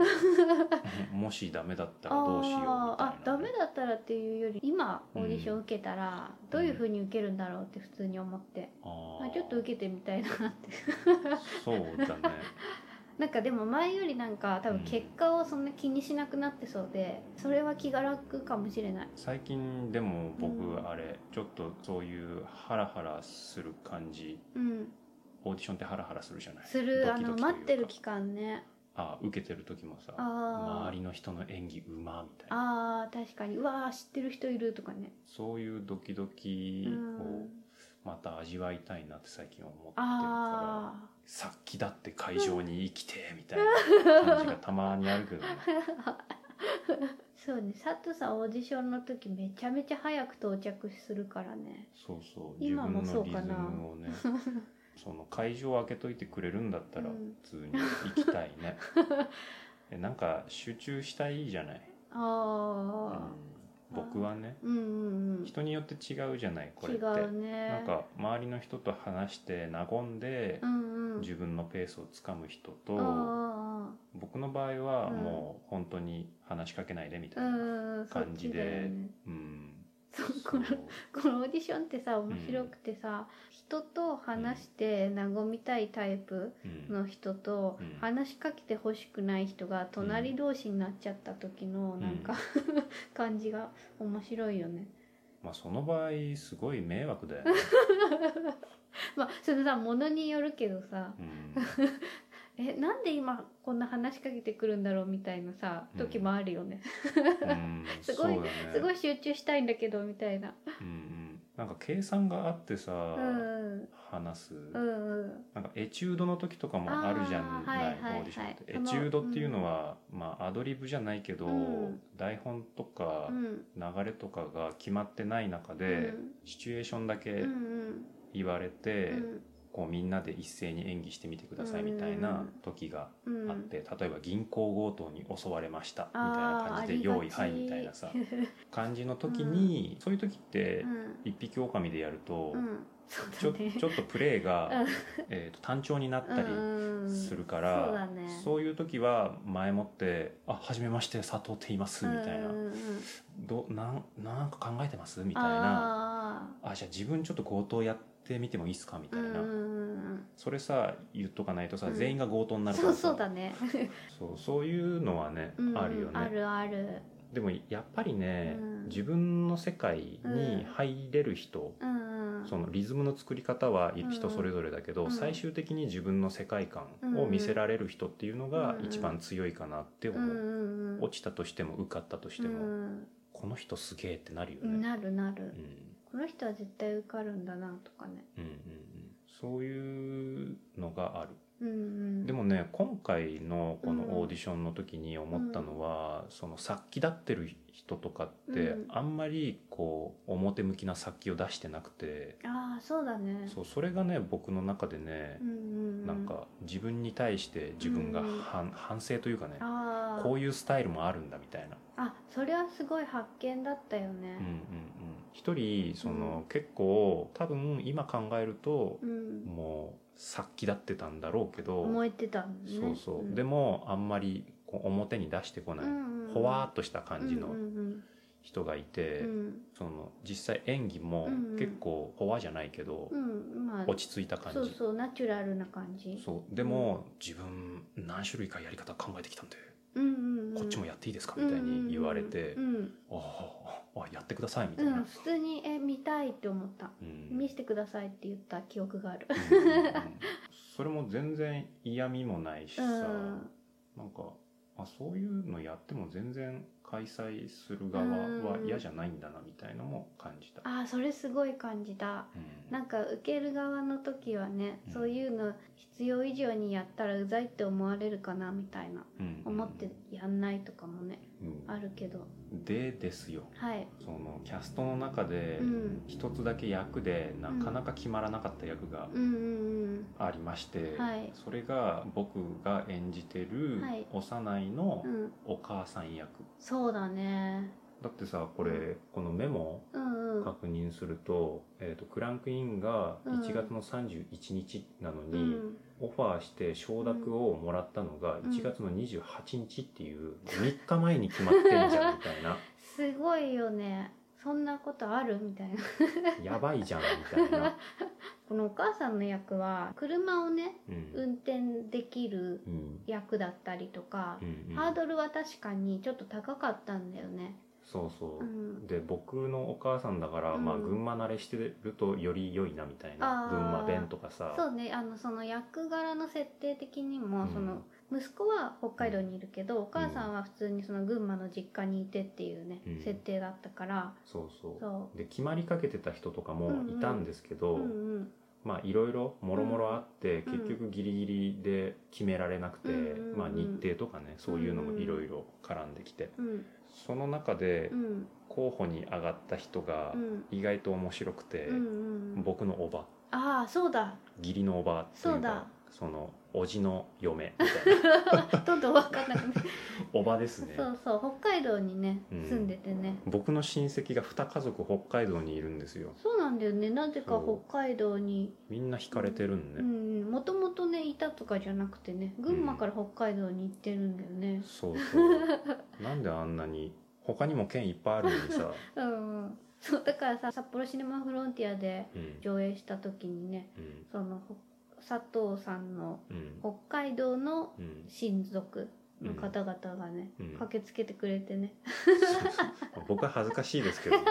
A: もしダメだったらどうしようみたいな
B: あーあダメだったらっていうより今オーディション受けたらどういう風に受けるんだろうって普通に思って、
A: あ
B: まあ、
A: ー
B: ちょっと受けてみたいなって
A: そうだね
B: なんかでも前よりなんか多分結果をそんな気にしなくなってそうでそれは気が楽かもしれない
A: 最近でも僕
B: うん
A: あれちょっとそういうハラハラする感じ
B: うん
A: オーディションってハラハラするじゃない
B: する
A: ド
B: あ
A: キドキとい
B: の
A: うか
B: 待ってる期間ね
A: あ受けてる時もさ
B: あ
A: 周
B: ー
A: りの人の演技うまみたいな
B: あー確かにうわー知ってる人いるとかね
A: そういうドキドキ
B: うん
A: をまた味わいたいなって最近思ってるから
B: あ
A: さっきだって会場に生きてみたいな感じがたまにあるけどね
B: あそうね佐藤さんオーディションの時めちゃめちゃ早く到着するからね
A: そうそう自
B: 今
A: 分
B: もそ
A: の
B: う
A: リ
B: か
A: ズ
B: な
A: ムをね その会場を開けといてくれるんだったら
B: うん
A: 普通に行きたい ねえなんか集中したいじゃない、うん
B: ああ、
A: 僕はね
B: うん、うんうん
A: 人によって違うじゃないこれ
B: 違
A: って
B: うね
A: なんか周りの人と話して和んで
B: うんうん
A: 自分のペースをつかむ人と、
B: あ
A: 僕の場合は
B: うん
A: もう本当に話しかけないでみ
B: あ
A: たいな、
B: うんうん
A: 感じで
B: そっちだよね
A: うん
B: そう
A: そ
B: こ
A: う
B: のこのオーディションってさ面白くてさ、人と話して和みたいタイプ
A: うん
B: の人と、
A: うん
B: 話しかけてほしくない人が隣同士になっちゃった時の
A: ん
B: なんか、 感じが面白いよね。
A: まあその場合すごい迷惑 だよね、
B: まあそれさものによるけどさ
A: うん、
B: えなんで今こんな話しかけてくるんだろうみたいなさ
A: うん
B: 時もあるよね。
A: うん
B: すごい
A: そうだね
B: すごい集中したいんだけどみたいな。
A: うんうん、なんか計算があってさ、
B: うん
A: 話す、
B: うんうん
A: なんかエチュードの時とかもあるじゃん
B: あー
A: ない、
B: はいはいはい
A: オーディションって
B: そ
A: エ
B: の
A: チュードっていうのは、まあアドリブじゃないけど、
B: うん
A: 台本とか
B: うん
A: 流れとかが決まってない中で、シチュエーションだ
B: うん
A: け
B: うんうん
A: 言われて、
B: うん
A: こうみんなで一斉に演技してみてくださいみたいな時が
B: うん
A: あって、例えば銀行強盗に襲われましたみたいな
B: あー
A: 感
B: あ
A: じで「
B: り
A: 用
B: が
A: 意
B: ち
A: はい」みたいな さ感じの時に、そういう時って
B: うん
A: 一匹狼でやると、
B: うん
A: ち
B: そ
A: ょ
B: うだね
A: ちょっとプレーが
B: うん、
A: えーと単調になったりするか
B: うんそう
A: ら、
B: だね
A: そういう時は前もって「あはじめまして佐藤って言います」みたいな
B: うんうんうん
A: 「どなんなんか考えてます?」みたいな
B: あ
A: 「あじゃあ自分ちょっと強盗やってみてもいいっすか?」み
B: ー
A: た
B: う
A: い
B: んう
A: な。
B: んうん
A: それさ言っとかないとさ、
B: うん
A: 全員が強盗になるか
B: そ
A: ら
B: う
A: さ
B: そうだね。
A: そうそういうのはね、
B: うん
A: あるよね
B: あるある。
A: でもやっぱりね、
B: うん
A: 自分の世界に入れる人、
B: うんうん。
A: そのリズムの作り方は
B: うん
A: 人それぞれだけど、
B: うん
A: 最終的に自分の世界観を見せられる人っていうのが
B: うん
A: 一番強いかなって思
B: うん
A: う、
B: うんうん。
A: 落ちたとしても受かったとして
B: う
A: も、
B: ん
A: この人すげえってなるよ
B: う
A: ね、
B: ん。なるなる、
A: うん
B: この人は絶対受かるんだなとかね。
A: うんうんうんそういうのがある
B: うんうん。
A: でもね今回のこのオーディションの時に思ったのは、その殺気立ってる人とかって、
B: うん
A: あんまりこう表向きな殺気を出してなくて、
B: ああそうだね。
A: そうそれがね僕の中でね
B: う、んうんうん。
A: なんか自分に対して自分が反,、反省というかね
B: ああ。
A: こういうスタイルもあるんだみたいな。
B: あそれはすごい発見だったよ
A: うんうんう
B: ね。
A: ん一人その、
B: うん
A: 結構多分今考えると、
B: うん。
A: もう殺気立ってたんだろうけど、
B: 燃えてたんだね。
A: そうそう、
B: ん
A: でもあんまりこう表に出してこない、
B: うんうん
A: ほわーっとした感じの
B: うんうん
A: 人がいて、
B: うん
A: その実際演技も
B: うんうん
A: 結構ほわじゃないけど、
B: うんうんまあ
A: 落ち着いた感じ
B: そうそうナチュラルな感じ
A: そうでも、自分何種類かやり方考えてきたんで、
B: うんうんうん、
A: こっちもやっていいですかみたいに言われて、
B: うんうんうん
A: あああやってくださいみた
B: う
A: い
B: ん、うん
A: な、
B: 普通にえ見たいって思った、
A: うん
B: 見せてくださいって言った記憶がある
A: うんうんうんそれも全然嫌味もないし
B: う
A: さ、
B: ん
A: なんかあそういうのやっても全然開催する側は嫌じゃないんだなみたいのも感じた。
B: あーそれすごい感じた
A: うん
B: なんか受ける側の時はね、
A: うん
B: そういうの必要以上にやったらうざいって思われるかなみたいな
A: うん
B: 思ってやんないとかもね
A: うん
B: あるけど
A: でですよ
B: はい
A: そのキャストの中で
B: うん
A: 一つだけ役でなかなか決まらなかった役が
B: うんうん
A: ありまして、
B: はい
A: それが僕が演じてる
B: はい
A: 幼いの
B: うんうん
A: お母さん役
B: そうだね
A: だってさこれこのメモ
B: うんうん
A: 確認すると,、えー、とクランクインが
B: うん
A: 1月の31日なの
B: う
A: に、
B: ん
A: オファーして承諾をもらったのが
B: うん
A: 1月の28日っていう3日前に決まってんじゃんみたい な
B: すごいよねそんなことあるみたいな
A: やばいじゃんみたいな。
B: このお母さんの役は車をね
A: うん
B: 運転できる
A: うん
B: 役だったりとか
A: う、んうん
B: ハードルは確かにちょっと高かったんだよね
A: そうそう、
B: うん
A: で僕のお母さんだから、
B: うん
A: まあ群馬慣れしてるとより良いなみたいな
B: あー
A: 群馬弁とかさ
B: そうねあのその役柄の設定的にも、
A: うん
B: その息子は北海道にいるけどお母さんは普通にその群馬の実家にいてっていうね、
A: うん
B: 設定だったから
A: そうそう
B: そ
A: で決まりかけてた人とか
B: うん
A: も
B: うん
A: いたんですけ
B: う、
A: ど、
B: うんうん
A: まあいろいろもろもろあって、
B: うん
A: 結局ギリギリで決められなくて、
B: うんうん
A: まあ、日程とかねそういうのもいろいろ絡んできて、
B: うん
A: その中で
B: うん
A: 候補に上がった人が
B: うん
A: 意外と面白くて、
B: うんうんうん
A: 僕のおば
B: ああそうだ
A: 義理のおばってい
B: そう
A: う
B: だ
A: かそのおじの嫁みた いな
B: どんどん分かんなくなる
A: おばですね
B: そうそう北海道にね
A: うん
B: 住んでてね、
A: 僕の親戚が2家族北海道にいるんですよ
B: そうなんだよねなぜか
A: そう
B: 北海道に
A: みんな惹かれてるんね、
B: うんもともとねいたとかじゃなくてね群馬から北海道に行ってるんだよね
A: そうそうなんであんなに他にも県いっぱいあるのにさ、
B: うん、うん、そうだからさ札幌シネマフロンティアで
A: うん
B: 上映した時にね
A: うん
B: そのほ佐藤さんの
A: うん
B: 北海道の
A: うん、
B: 親族の方々がね、
A: うん
B: 駆けつけてくれてね
A: そうそう 僕は恥ずかしいですけどね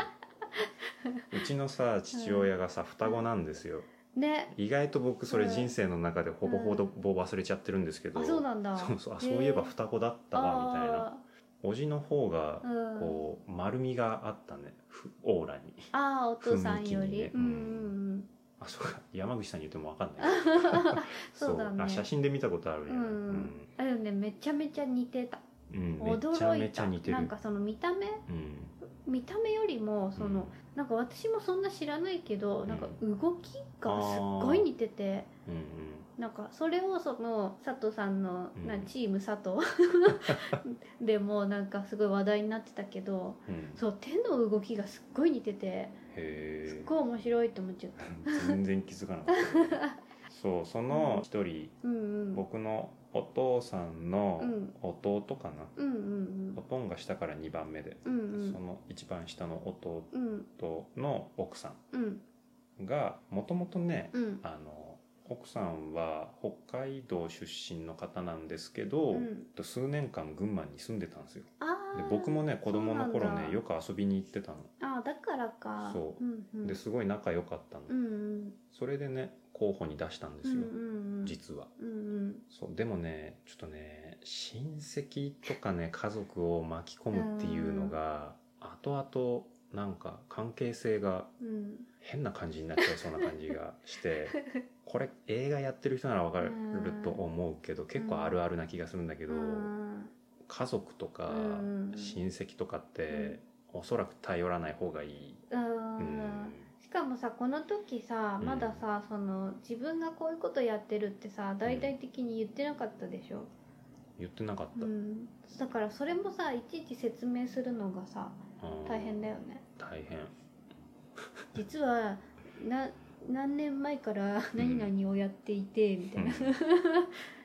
A: うちのさ父親がさ双子なんですよ
B: ね
A: 意外と僕それ人生の中でほぼほぼ忘れちゃってるんですけど、
B: あそうなんだ
A: そうそうあそういえば双子だったわみたいなおじの方が
B: たいなうん、
A: こう丸みがあったねふオーラに
B: ああお父さんよ
A: 雰囲気に
B: り、
A: ね
B: うんうんうん
A: あそうか山口さんに言っても分かんないけど
B: そうだね
A: あ写真で見たことあるね
B: うんあでもねめちゃめちゃ似てた
A: うんうんめ
B: 驚い
A: ち
B: た
A: ゃめちゃ似てる
B: なんかその見た目
A: うん
B: 見た目よりもその、なんか私もそんな知らないけど、
A: うん
B: なんか動きがすっごい似てて
A: うん
B: なんかそれをその佐藤さんの、
A: うん
B: なチーム佐 藤でもなんかすごい話題になってたけど
A: うんうん
B: そう手の動きがすっごい似てて
A: へ
B: すっ
A: え
B: ごい面白いって思っちゃった。
A: 全然気づかなかった そうその一人
B: うんうん
A: 僕のお父さんの
B: うん
A: 弟かな、
B: うんうん
A: おとんが下から2番目で、
B: うんうんうん
A: その一番下の弟
B: うん
A: の奥さ
B: うん
A: んがもともとね
B: うん
A: あの奥さんは北海道出身の方なんですけど、
B: うん
A: 数年間群馬に住んでたんですよ
B: あ
A: で
B: ー
A: 僕もね子供の
B: そ
A: 頃
B: うなん
A: ね
B: だ
A: よく遊びに行ってたの、
B: あーだからか
A: そうん
B: うん、
A: ですごい仲良かったの、
B: うんうん
A: それでね候補に出したんですよ、
B: うんうんうん、
A: 実は
B: うんうん
A: そうでもねちょっとね親戚とかね家族を巻き込むっていうのが後々なんか関係性が
B: うん
A: 変な感じになっちゃいそうな感じ がしてこれ映画やってる人ならわかると思うけど結構あるあるな気がするんだけど
B: うん
A: 家族とか
B: うん
A: 親戚とかっておそらく頼らない方がいい。
B: うん
A: うん
B: しかもさこの時さ
A: うん
B: まださ、その自分がこういうことやってるってさ大々的に言ってなかったでしょ、
A: 言ってなかっ
B: う
A: た、
B: ん、だからそれもさいちいち説明するのがさ
A: うん
B: 大変だよね
A: 大変
B: 実はな何年前から 何々をやっていてみた いな、
A: うん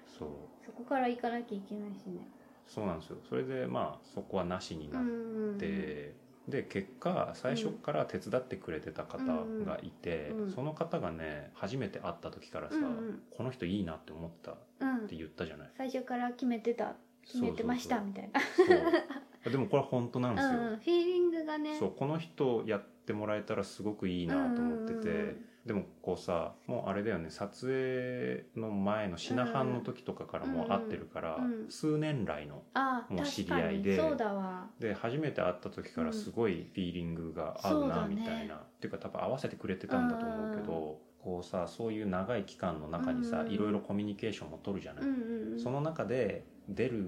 A: そう
B: そこから行かなきゃいけないしね
A: そうなんですよそれでまあそこはなしになっ
B: うん
A: でで結果最初から手伝ってくれてた方がいて、
B: うんうん
A: その方がね初めて会った時からさ、
B: うんうん
A: この人いいなって思ったっ
B: うん
A: て言ったじゃない
B: 最初から決めてた決めてましたみたいな
A: そうそうそうでもこれは本当なんですよ、
B: うんうんフィーリングがね
A: そうこの人やってもらえたらすごくいいなと思ってて、
B: うんうんうん
A: でもこうさもうあれだよね撮影の前の品班の時とかからもう会ってるから、
B: うんうん
A: 数年来の
B: あ
A: もう
B: 確
A: 知り
B: かに
A: 合いで
B: そうだわ
A: で初めて会った時からすごいフィーリングが合う
B: うんそう
A: な
B: だね
A: みたいな、っていうか多分合わせてくれてたんだと思うけど、こうさそういう長い期間の中にさ、
B: うん
A: いろいろコミュニケーションも取るじゃな
B: う
A: い、
B: んうんうん
A: その中で出る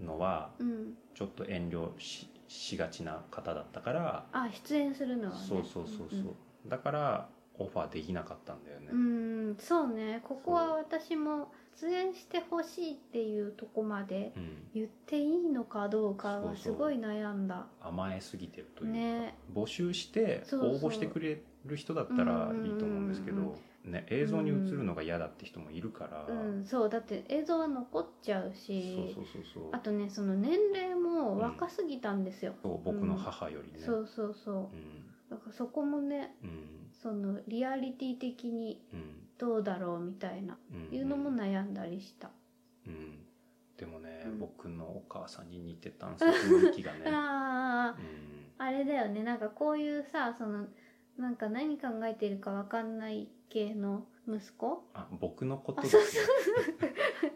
A: のは
B: うん
A: ちょっと遠慮ししがちな方だったから、
B: あ出演するのはね
A: そうそうそうそう、だからオファーできなかったんだよね、
B: うんうん、うんそうねここは私も出演してほしいっていうとこまで
A: うん
B: 言っていいのかどう
A: そ
B: か
A: う
B: が
A: そう
B: すごい悩んだ
A: 甘えすぎてるというか、
B: ね
A: 募集して
B: そうそう
A: 応募してくれる人だったらいいと思うんですけど、
B: うんうん
A: ね、映像に映るのが嫌だって人もいるから、
B: うんそうだって映像は残っちゃうし
A: そうそうそうそう
B: あとねその年齢も若すぎたんですよ、
A: そう僕の母よりね
B: そうそうそううだからそこもね
A: んうん
B: そのリアリティ的に
A: うん
B: どうだろうみたいな
A: うん
B: いうのも悩んだりした、
A: うんでもね、
B: うん
A: 僕のお母さんに似てたんですよ雰囲気がね
B: ああ
A: うん
B: あれだよねなんかこういうさそのなんか何考えてるかわかんない系の息子
A: あ僕のことですね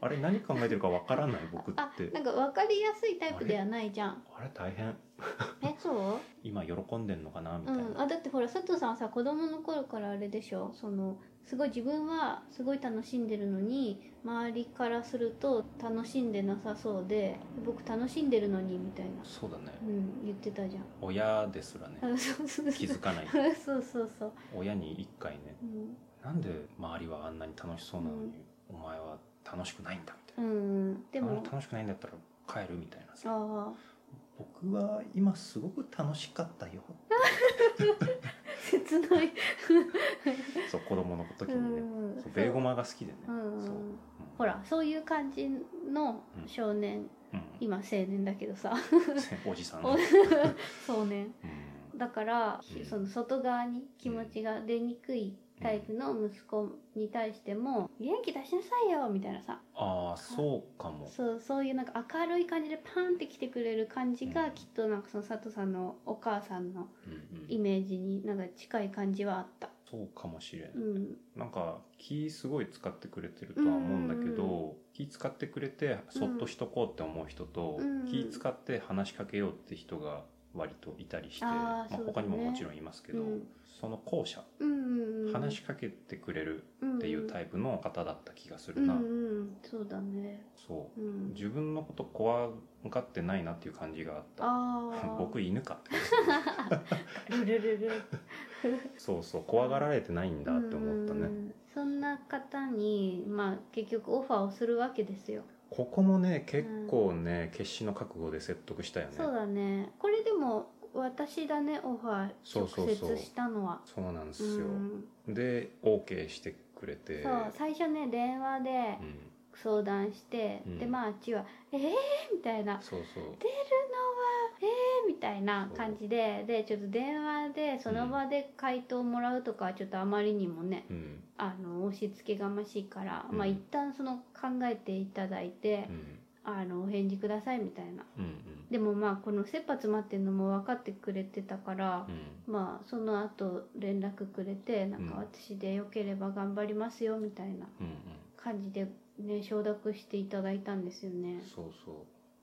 A: あれ何考えてるかわからない僕っ
B: あ
A: て
B: なんか分かりやすいタイプではないじ ゃん
A: あれ大変
B: えそう
A: 今喜んでんのかなみ
B: う
A: たいな、
B: ん、あだってほら佐藤さんはさ子供の頃からあれでしょそのすごい自分はすごい楽しんでるのに周りからすると楽しんでなさそうで僕楽しんでるのにみたいな、
A: そうだね
B: うん、言ってたじゃん
A: 親ですらね
B: あそうそうそう
A: 気づかない
B: そうそうそう、
A: 親に一回ね
B: うん
A: なんで周りはあんなに楽しそうなのに、お前は楽しくないんだみた
B: う
A: いな、
B: んうん、で
A: あ
B: も
A: の楽しくないんだったら帰るみたいなさ
B: ああ
A: 僕は今すごく楽しかったよ
B: 切ない、
A: そう子供の時
B: う
A: にね、
B: ん
A: そうベーゴマが好きでね、
B: う、
A: そうんうん
B: ほらそういう感じの
A: うん
B: 少年、
A: うん
B: 今青年だけどさ
A: おじ さん、ね
B: お少年
A: うん
B: だから、
A: うん
B: その外側に気持ちが出にくいタイプの息子に対しても「元気出しなさいよ」みたいなさ
A: ああそうかも
B: そうそういうなんか明るい感じでパンって来てくれる感じが、きっとなんかその佐藤さんのお母さんの
A: うんうん
B: イメージになんか近い感じはあった。
A: そうかもしれん、
B: うん
A: なんか気すごい使ってくれてるとは思うんだけど、
B: うん
A: 気使ってくれてそっとしとこうって思う人と、
B: うん
A: 気使って話しかけようって人が割といたりして、
B: あー
A: まあ
B: そうだね
A: 他にももちろんいますけど、
B: うん
A: その後者
B: うんうん、
A: 話しかけてくれる
B: っ
A: っていうタ
B: イ
A: イプの方だった気がす
B: プ
A: るな、
B: うんうん、そうだね、
A: そう
B: うん、
A: 自分のこと怖がってないなっていう感じがあった
B: ああ
A: 僕犬かって感
B: ルルルル
A: じそうそう怖がられてないんだって思ったね、
B: うんそんな方に、まあ、結局オファーをするわけですよ、
A: ここもね結構ね、決死の覚悟で説得したよね
B: そうだねこれでも私だねオファー
A: そうそうそう
B: 直接したのは
A: そうなんです
B: う
A: よ、
B: ん
A: で OK してくれて
B: そう最初ね電話で
A: うん
B: 相談して、
A: うん
B: でまああっちは「えー!」みたいな
A: そうそう
B: みたいな感じででちょっと電話でその場で回答をもらうとかはちょっとあまりにもね、
A: うん
B: あの押し付けがましいから、
A: うん
B: まあ一旦その考えていただいて
A: う、ん
B: あのお返事くださいみたいな
A: うんうん
B: でもまあこの切羽詰まってるのも分かってくれてたから
A: う、ん
B: まあその後連絡くれてなんか
A: うん
B: 私でよければ頑張りますよみたいな
A: うん
B: 感じでね承諾していただいたんですよ
A: う
B: ね
A: ん。そうそう、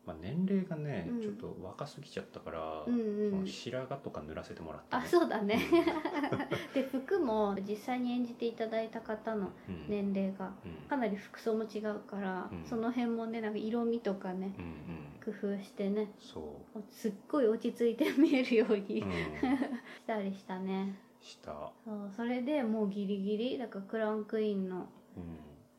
A: まあ、年齢がね、
B: うん
A: ちょっと若すぎちゃったから、
B: うんう
A: その
B: ん。
A: 白髪とか塗らせてもらった、
B: あ
A: ね、
B: そうだね。で服も実際に演じていただいた方の
A: うん
B: 年齢が
A: うん
B: かなり服装も違うから、
A: うん
B: その辺もねなんか色味とかね
A: うんうん
B: 工夫してね
A: そ
B: すっごい落ち着いて見えるよう
A: う、
B: に
A: う
B: し
A: ん、
B: たりしたね。
A: した、
B: そうそれでもうギリギリだからクラウンクイーンの
A: う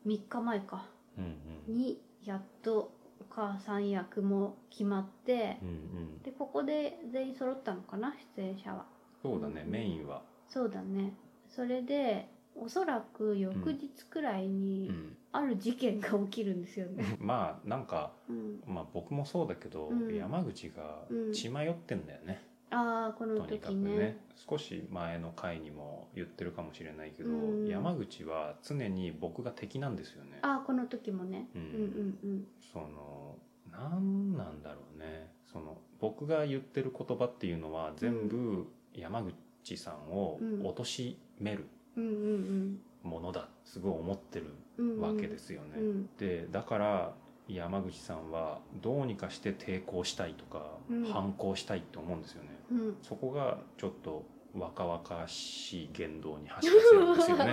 A: ん、
B: 3日前か
A: うんうん
B: にやっとお母さん役も決まって
A: うんうん
B: でここで全員揃ったのかな出演者は
A: そうだねメインは、
B: そうだねそれでおそらく翌日くらいに
A: うん、
B: ある事件が起きるんですよね、
A: まあなんか、
B: うん、
A: まあ、僕もそうだけど、
B: うん
A: 山口が血迷ってんだよね、
B: ああこの
A: とにかく
B: 時
A: ね
B: ね
A: 少し前の回にも言ってるかもしれないけど、
B: うん
A: 山口は常に僕が敵なんですよね
B: ああこの時もね、
A: うん
B: うん、うんうん
A: その何なんだろうねその僕が言ってる言葉っていうのは全部山口さんを
B: うん
A: 貶める
B: うんうん
A: ものだすごい思ってる
B: うんうん
A: わけですすよね、
B: うん
A: でだから山口さんはどうにかして抵抗したいとか、
B: うん
A: 反抗したいと思うんですよね
B: うん
A: そこがちょっと若々しい言動に走らせるんですよ ね。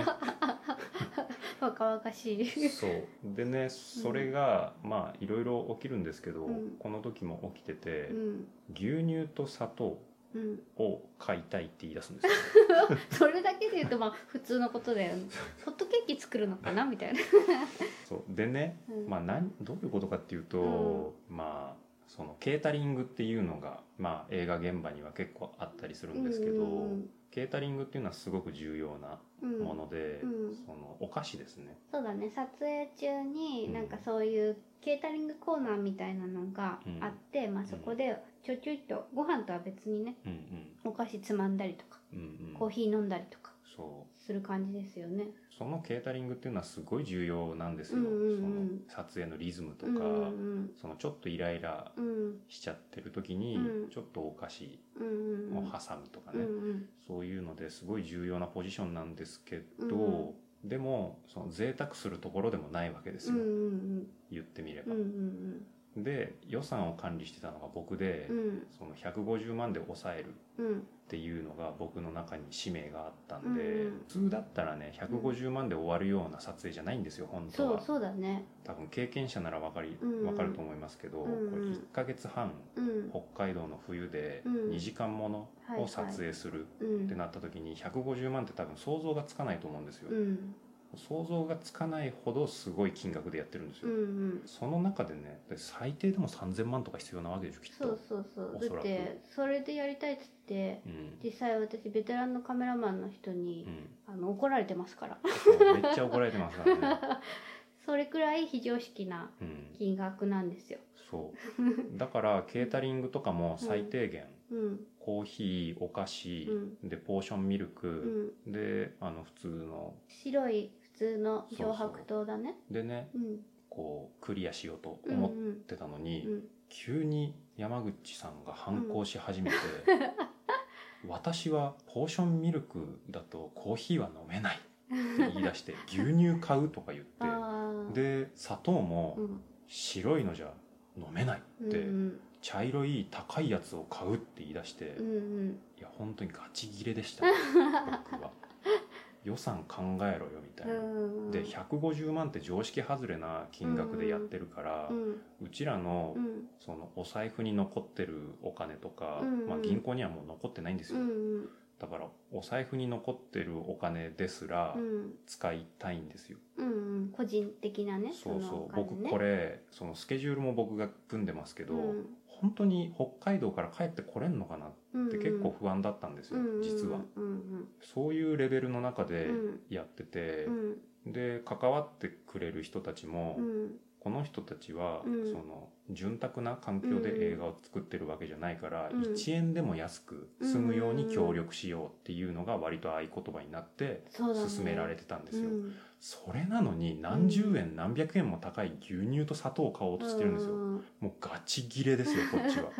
B: 若々しい
A: そうでねそれが、まあいろいろ起きるんですけど、
B: うん
A: この時も起きてて、
B: うん
A: 牛乳と砂糖
B: うん
A: を買いたいって言い出すん ですよ。
B: それだけで言うとまあ普通のことだよねホットケーキ作るのかなみたいな、
A: そうでね、
B: うん
A: まあ、なんどういうことかっていうと、まあそのケータリングっていうのが、まあ、映画現場には結構あったりするんですけど、
B: うん
A: ケータリングっていうのはすごく重要な
B: うん
A: もので、
B: うん
A: そのお菓子ですね。
B: そうだね撮影中
A: う
B: に
A: ん
B: なんかそういうケータリングコーナーみたいなのがあって、まあ、そこでちょちょいとご飯とは別にね
A: うん
B: お菓子つまんだりとか
A: うんうんうん、
B: コーヒー飲んだりとか
A: そう
B: する感じですよね。
A: そのケータリングっていうのはすごい重要なんですよ、
B: うんうんうん
A: その撮影のリズムと
B: う
A: か、
B: んうん
A: そのちょっとイライラ
B: うんうん
A: しちゃってる時に、
B: うん
A: ちょっとお菓子
B: うんうん
A: を挟むとか
B: う
A: ね、
B: んうん
A: そういうのですごい重要なポジションなんですけど、
B: うん
A: でもその贅沢するところでもないわけです
B: う
A: よ、
B: んうん
A: 言ってみれ
B: うんう
A: ば。
B: んうん
A: で予算を管理してたのが僕で、
B: うん
A: その150万で抑える
B: うん
A: っていうのが僕の中に使命があったんで、
B: うん
A: 普通だったらね150万で終わるような撮影じゃないんですよ本当
B: そ
A: は
B: うそうだね。
A: 多分経験者ならわかり、
B: うん
A: わかると思いますけど、
B: うん
A: これ1ヶ月半
B: うん
A: 北海道の冬で
B: うん
A: 2時間ものを撮影する
B: う
A: っ
B: ん
A: てなった時に150万って多分想像がつかないと思うんですよ、
B: うん
A: 想像がつかないほどすごい金額でやってるんです
B: う
A: よ、
B: んうん
A: その中でね最低でも3000万とか必要なわけでしょきっと
B: そうそうそう
A: おそらく
B: だってそれでやりたいっつって
A: うん
B: 実際私ベテランのカメラマンの人に
A: う、ん、
B: あの怒られてますから
A: そうめっちゃ怒られてますからね、
B: それくらい非常識な
A: うん、
B: 金額なんですよ。
A: そうだからケータリングとかも最低限、
B: うん
A: コーヒーお菓子、でポーションミル
B: う
A: ク、
B: ん
A: であの普通の
B: 白い普通の漂白糖だね
A: でね
B: うん
A: こうクリアしようと
B: うん
A: 思ってたのに、
B: うんうん
A: 急に山口さんが反抗し始め て、私はポーションミルクだとコーヒーは飲めないって言い出して 牛乳買うとか言っ
B: あー
A: てで砂糖も
B: うん
A: 白いのじゃ飲めないって、
B: うん
A: 茶色い高いやつを買うって言い出して、
B: うんう
A: い
B: ん
A: や本当にガチギレでした、ね、 僕は予算考えろよみたいな。
B: うん
A: で150万って常識外れな金額でやってるから、
B: う
A: うんちらの
B: うん
A: そのお財布に残ってるお金とか、
B: うんうん
A: まあ、銀行にはもう残ってないんです
B: う
A: よ、
B: ん
A: だからお財布に残ってるお金ですら
B: うん
A: 使いたいんですよ、
B: うんうん個人的なね
A: そうそう
B: のお金
A: 僕
B: ね
A: これそのスケジュールも僕が組んでますけど、
B: うん
A: 本当に北海道から帰ってこれんのかなっ
B: うん
A: て結構不安だったんですよ、
B: うん
A: 実は
B: うんうん
A: そういうレベルの中
B: う
A: で
B: ん
A: やってて
B: う、ん
A: で関わってくれる人たちも、
B: うん
A: この人たちは、
B: うん
A: その潤沢な環境で映画を作ってるわけじゃないから、
B: うん
A: 1円でも安く済むように協力しようっていうのが割と合言葉になって
B: そうだね
A: 進められてたんですよ、
B: うん
A: それなのに何十円、何百円も高い牛乳と砂糖を買おうとしてるんですよ、
B: うん
A: もうガチギレ ですよこっちは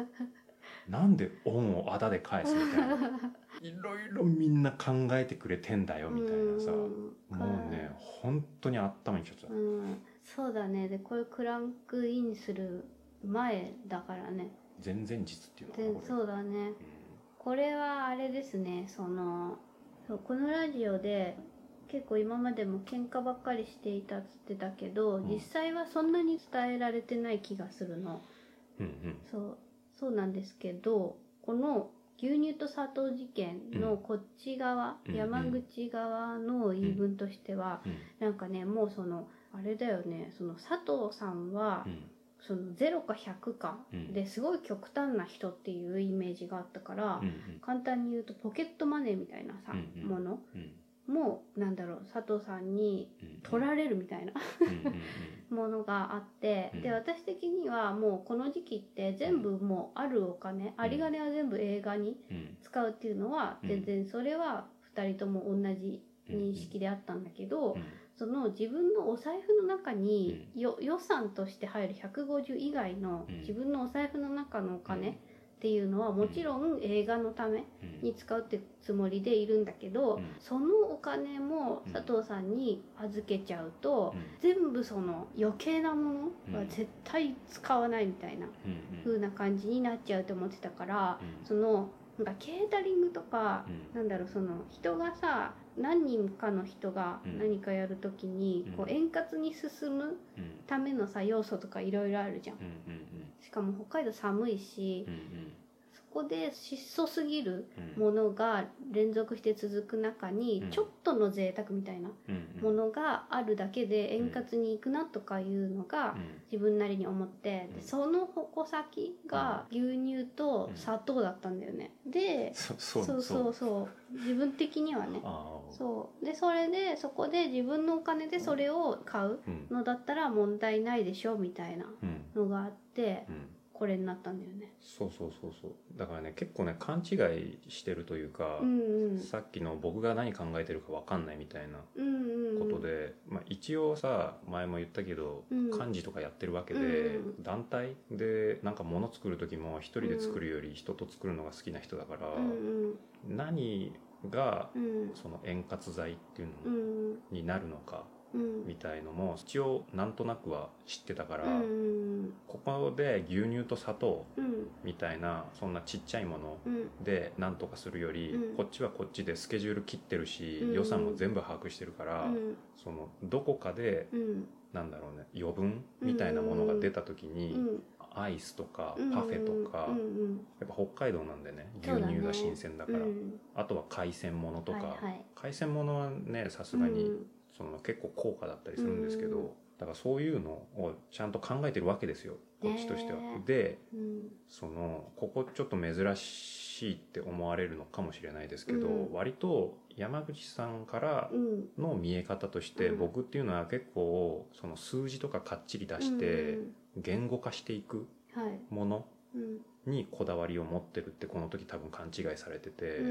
A: なんで恩をあだで返すみ たいないろいろみんな考えてくれてんだよみたいなさ、
B: うん
A: もうね本当に頭にきちゃった、
B: うんそうだねでこれクランクインする前だからね
A: 全然実っていうのか
B: で
A: なこれ
B: そうだねこれはあれですねそのそうこのラジオで結構今までも喧嘩ばっかりしていたっつってたけど、
A: ん
B: 実際はそんなに伝えられてない気がするの
A: うんうん
B: そうそうなんですけどこの牛乳と砂糖事件のこっち側、
A: うん
B: 山口側の言い分としては、
A: うん
B: なんかねもうそのあれだよねその佐藤さんは、
A: うん
B: その0か100か
A: うん
B: ですごい極端な人っていうイメージがあったから、
A: うんうん
B: 簡単に言うとポケットマネーみたいなさ、
A: うんうん
B: もの
A: うん
B: もなんだろう佐藤さんに
A: うん
B: 取られるみたいな
A: うんうんうん
B: ものがあって、
A: うん
B: で私的にはもうこの時期って全部もうあるお金、有り金は全部映画に
A: うん
B: 使うっていうのは
A: うん
B: 全然それは2人とも同じ認識であったんだけど、
A: うん
B: その自分のお財布の中によ予算として入る150以外の
A: うん
B: 自分のお財布の中のお金
A: う
B: っ
A: ん
B: ていうのはもちろん映画のため
A: うん
B: に使うってつもりでいるんだけど、
A: うん
B: そのお金も
A: うん
B: 佐藤さんに預けちゃうと、
A: うん
B: 全部その余計なものは
A: うん
B: 絶対使わないみたいな
A: うんうん
B: 風な感じになっちゃうと思ってたから、
A: うん
B: そのなんかケータリングとか、
A: うん
B: なんだろうその人がさ何人かの人が
A: うん
B: 何かやるときに、
A: うん
B: こう円滑に進む
A: うん
B: ためのさ要素とかいろいろあるじゃん
A: うんうん
B: しかも北海道寒いし、
A: うんうん
B: そこで質素すぎる
A: うん
B: ものが連続して続く中に、
A: うん
B: ちょっとの贅沢みたいな
A: うん
B: ものがあるだけで円滑にいくなとかいうのが
A: うん
B: 自分なりに思って、で
A: うん
B: その矛先が牛乳と砂糖だったんだよね。で
A: そ
B: そ
A: そうう
B: そ
A: そうう
B: そう自分的にはね
A: ああ
B: そうでそれでそこで自分のお金でそれを買う
A: うん
B: のだったら問題ないでしょみたいな
A: うん
B: のがあって
A: うん
B: これになったんだよね。
A: そうそうそうそうだからね結構ね勘違いしてるというか、
B: うんうん
A: さっきの僕が何考えてるか分かんないみたいな
B: うんうん
A: ことで、まあ、一応さ前も言ったけど、
B: うん
A: 幹事とかやってるわけで、
B: う
A: 団体でなんか物作る時も一人で作るより人と作るのが好きな人だから、
B: うん
A: 何が
B: うんうん
A: その円滑剤っていう
B: う
A: の
B: ん
A: になるのか
B: うん
A: みたいのも一応なんとなくは知ってたから、
B: うん
A: ここで牛乳と砂糖
B: うん
A: みたいなそんなちっちゃいもの
B: うん
A: でなんとかするより、
B: うん
A: こっちはこっちでスケジュール切ってるし、
B: うん
A: 予算も全部把握してるから、
B: うん
A: そのどこかで
B: うん
A: なんだろうね余分みたいなものが出た時
B: う
A: に、
B: ん
A: アイスとか
B: うん
A: パフェとか、
B: うんうん
A: やっぱ北海道なんでね牛
B: そうだね
A: 乳が新鮮だから
B: うん
A: あとは海鮮ものとか、
B: はいはい
A: 海鮮ものはねさすがに、
B: うん
A: その結構高価だったりするんですけど、
B: うん
A: だからそういうのをちゃんと考えてるわけですよこっちとしては。
B: ね
A: で
B: うん
A: そのここちょっと珍しいって思われるのかもしれないですけど、
B: うん
A: 割と山口さんから
B: うん
A: の見え方として、
B: うん
A: 僕っていうのは結構その数字とかかっちり出して
B: うん
A: 言語化していく
B: うんはい
A: もの
B: うん
A: にこだわりを持ってるってこの時多分勘違いされてて、
B: う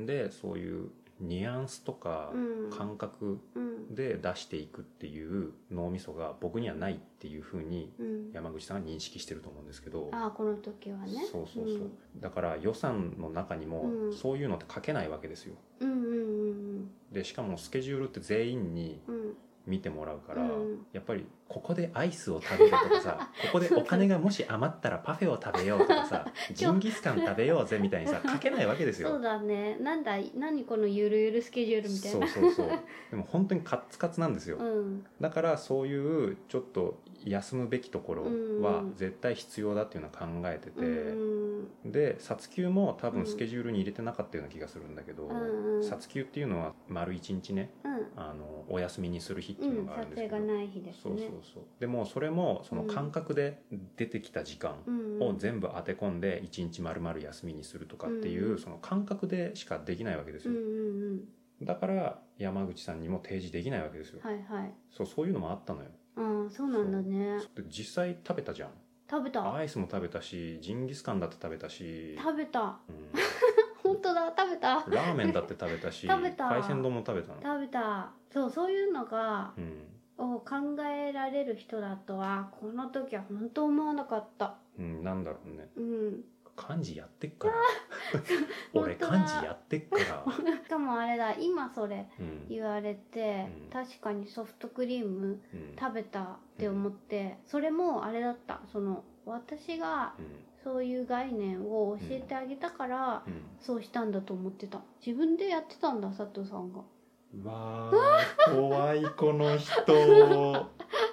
B: ん
A: でそういうニュアンスとか
B: うん
A: 感覚
B: うん
A: で出していくっていう脳みそが僕にはないっていうふうに
B: うん
A: 山口さんは認識してると思うんですけど。
B: ああこの時はね
A: そうそうそう、だから予算の中にも
B: うん
A: そういうのって書けないわけですよ
B: うんうん
A: でしかもスケジュールって全員に
B: うんうん
A: 見てもらうから、
B: うん
A: やっぱりここでアイスを食べるとか さここでお金がもし余ったらパフェを食べようとかさジンギスカン食べようぜみたいにさ書けないわけです
B: そう
A: よ。
B: だねなんだ何このゆるゆるスケジュールみたい
A: そう
B: な
A: そうそうでも本当にカッツカツなんですよ、
B: うん
A: だからそういうちょっと休むべきところは
B: うん
A: 絶対必要だっていうのは考えてて、
B: うん
A: で殺球も多
B: うん
A: 分スケジュールに入れてなかったような気がするんだけど、
B: うんうん
A: 殺球っていうのは丸一日ね
B: うん
A: あのお休みにする日って
B: う
A: いうんのがあ
B: 撮
A: るんです
B: 影
A: けど、
B: がない日です
A: そうそう
B: ね
A: そうでもそれもその感覚で出てきた時間
B: うん
A: を全部当て込んで一日丸々休みにするとかっていう、
B: うん
A: その感覚でしかできないわけです
B: う
A: よ、
B: んうんうん
A: だから山口さんにも提示できないわけですよ、
B: はいはい
A: そうそういうのもあったのよ
B: うんそうなんだね
A: で実際食べたじゃん
B: 食べた
A: アイスも食べたしジンギスカンだって食べたし、
B: 食べた
A: うん
B: 本当だ食べた
A: ラーメンだって食べたし
B: 食べた
A: 海鮮丼も食べたの
B: 食べたそうそういうのが
A: うん
B: を考えられる人だとはこの時は本当思わなかった
A: うん、なんだろうね
B: うん
A: 漢字やってっから俺
B: 本当だ
A: 漢字やってっ から、
B: しかもあれだ今それ
A: うん
B: 言われて、
A: うん
B: 確かにソフトクリーム
A: うん
B: 食べたって思って、それもあれだったその私が
A: うん
B: そういう概念を教えてあげたから、
A: うん
B: そうしたんだと思ってた自分でやってたんだ佐藤さんが
A: うわあ怖いこの人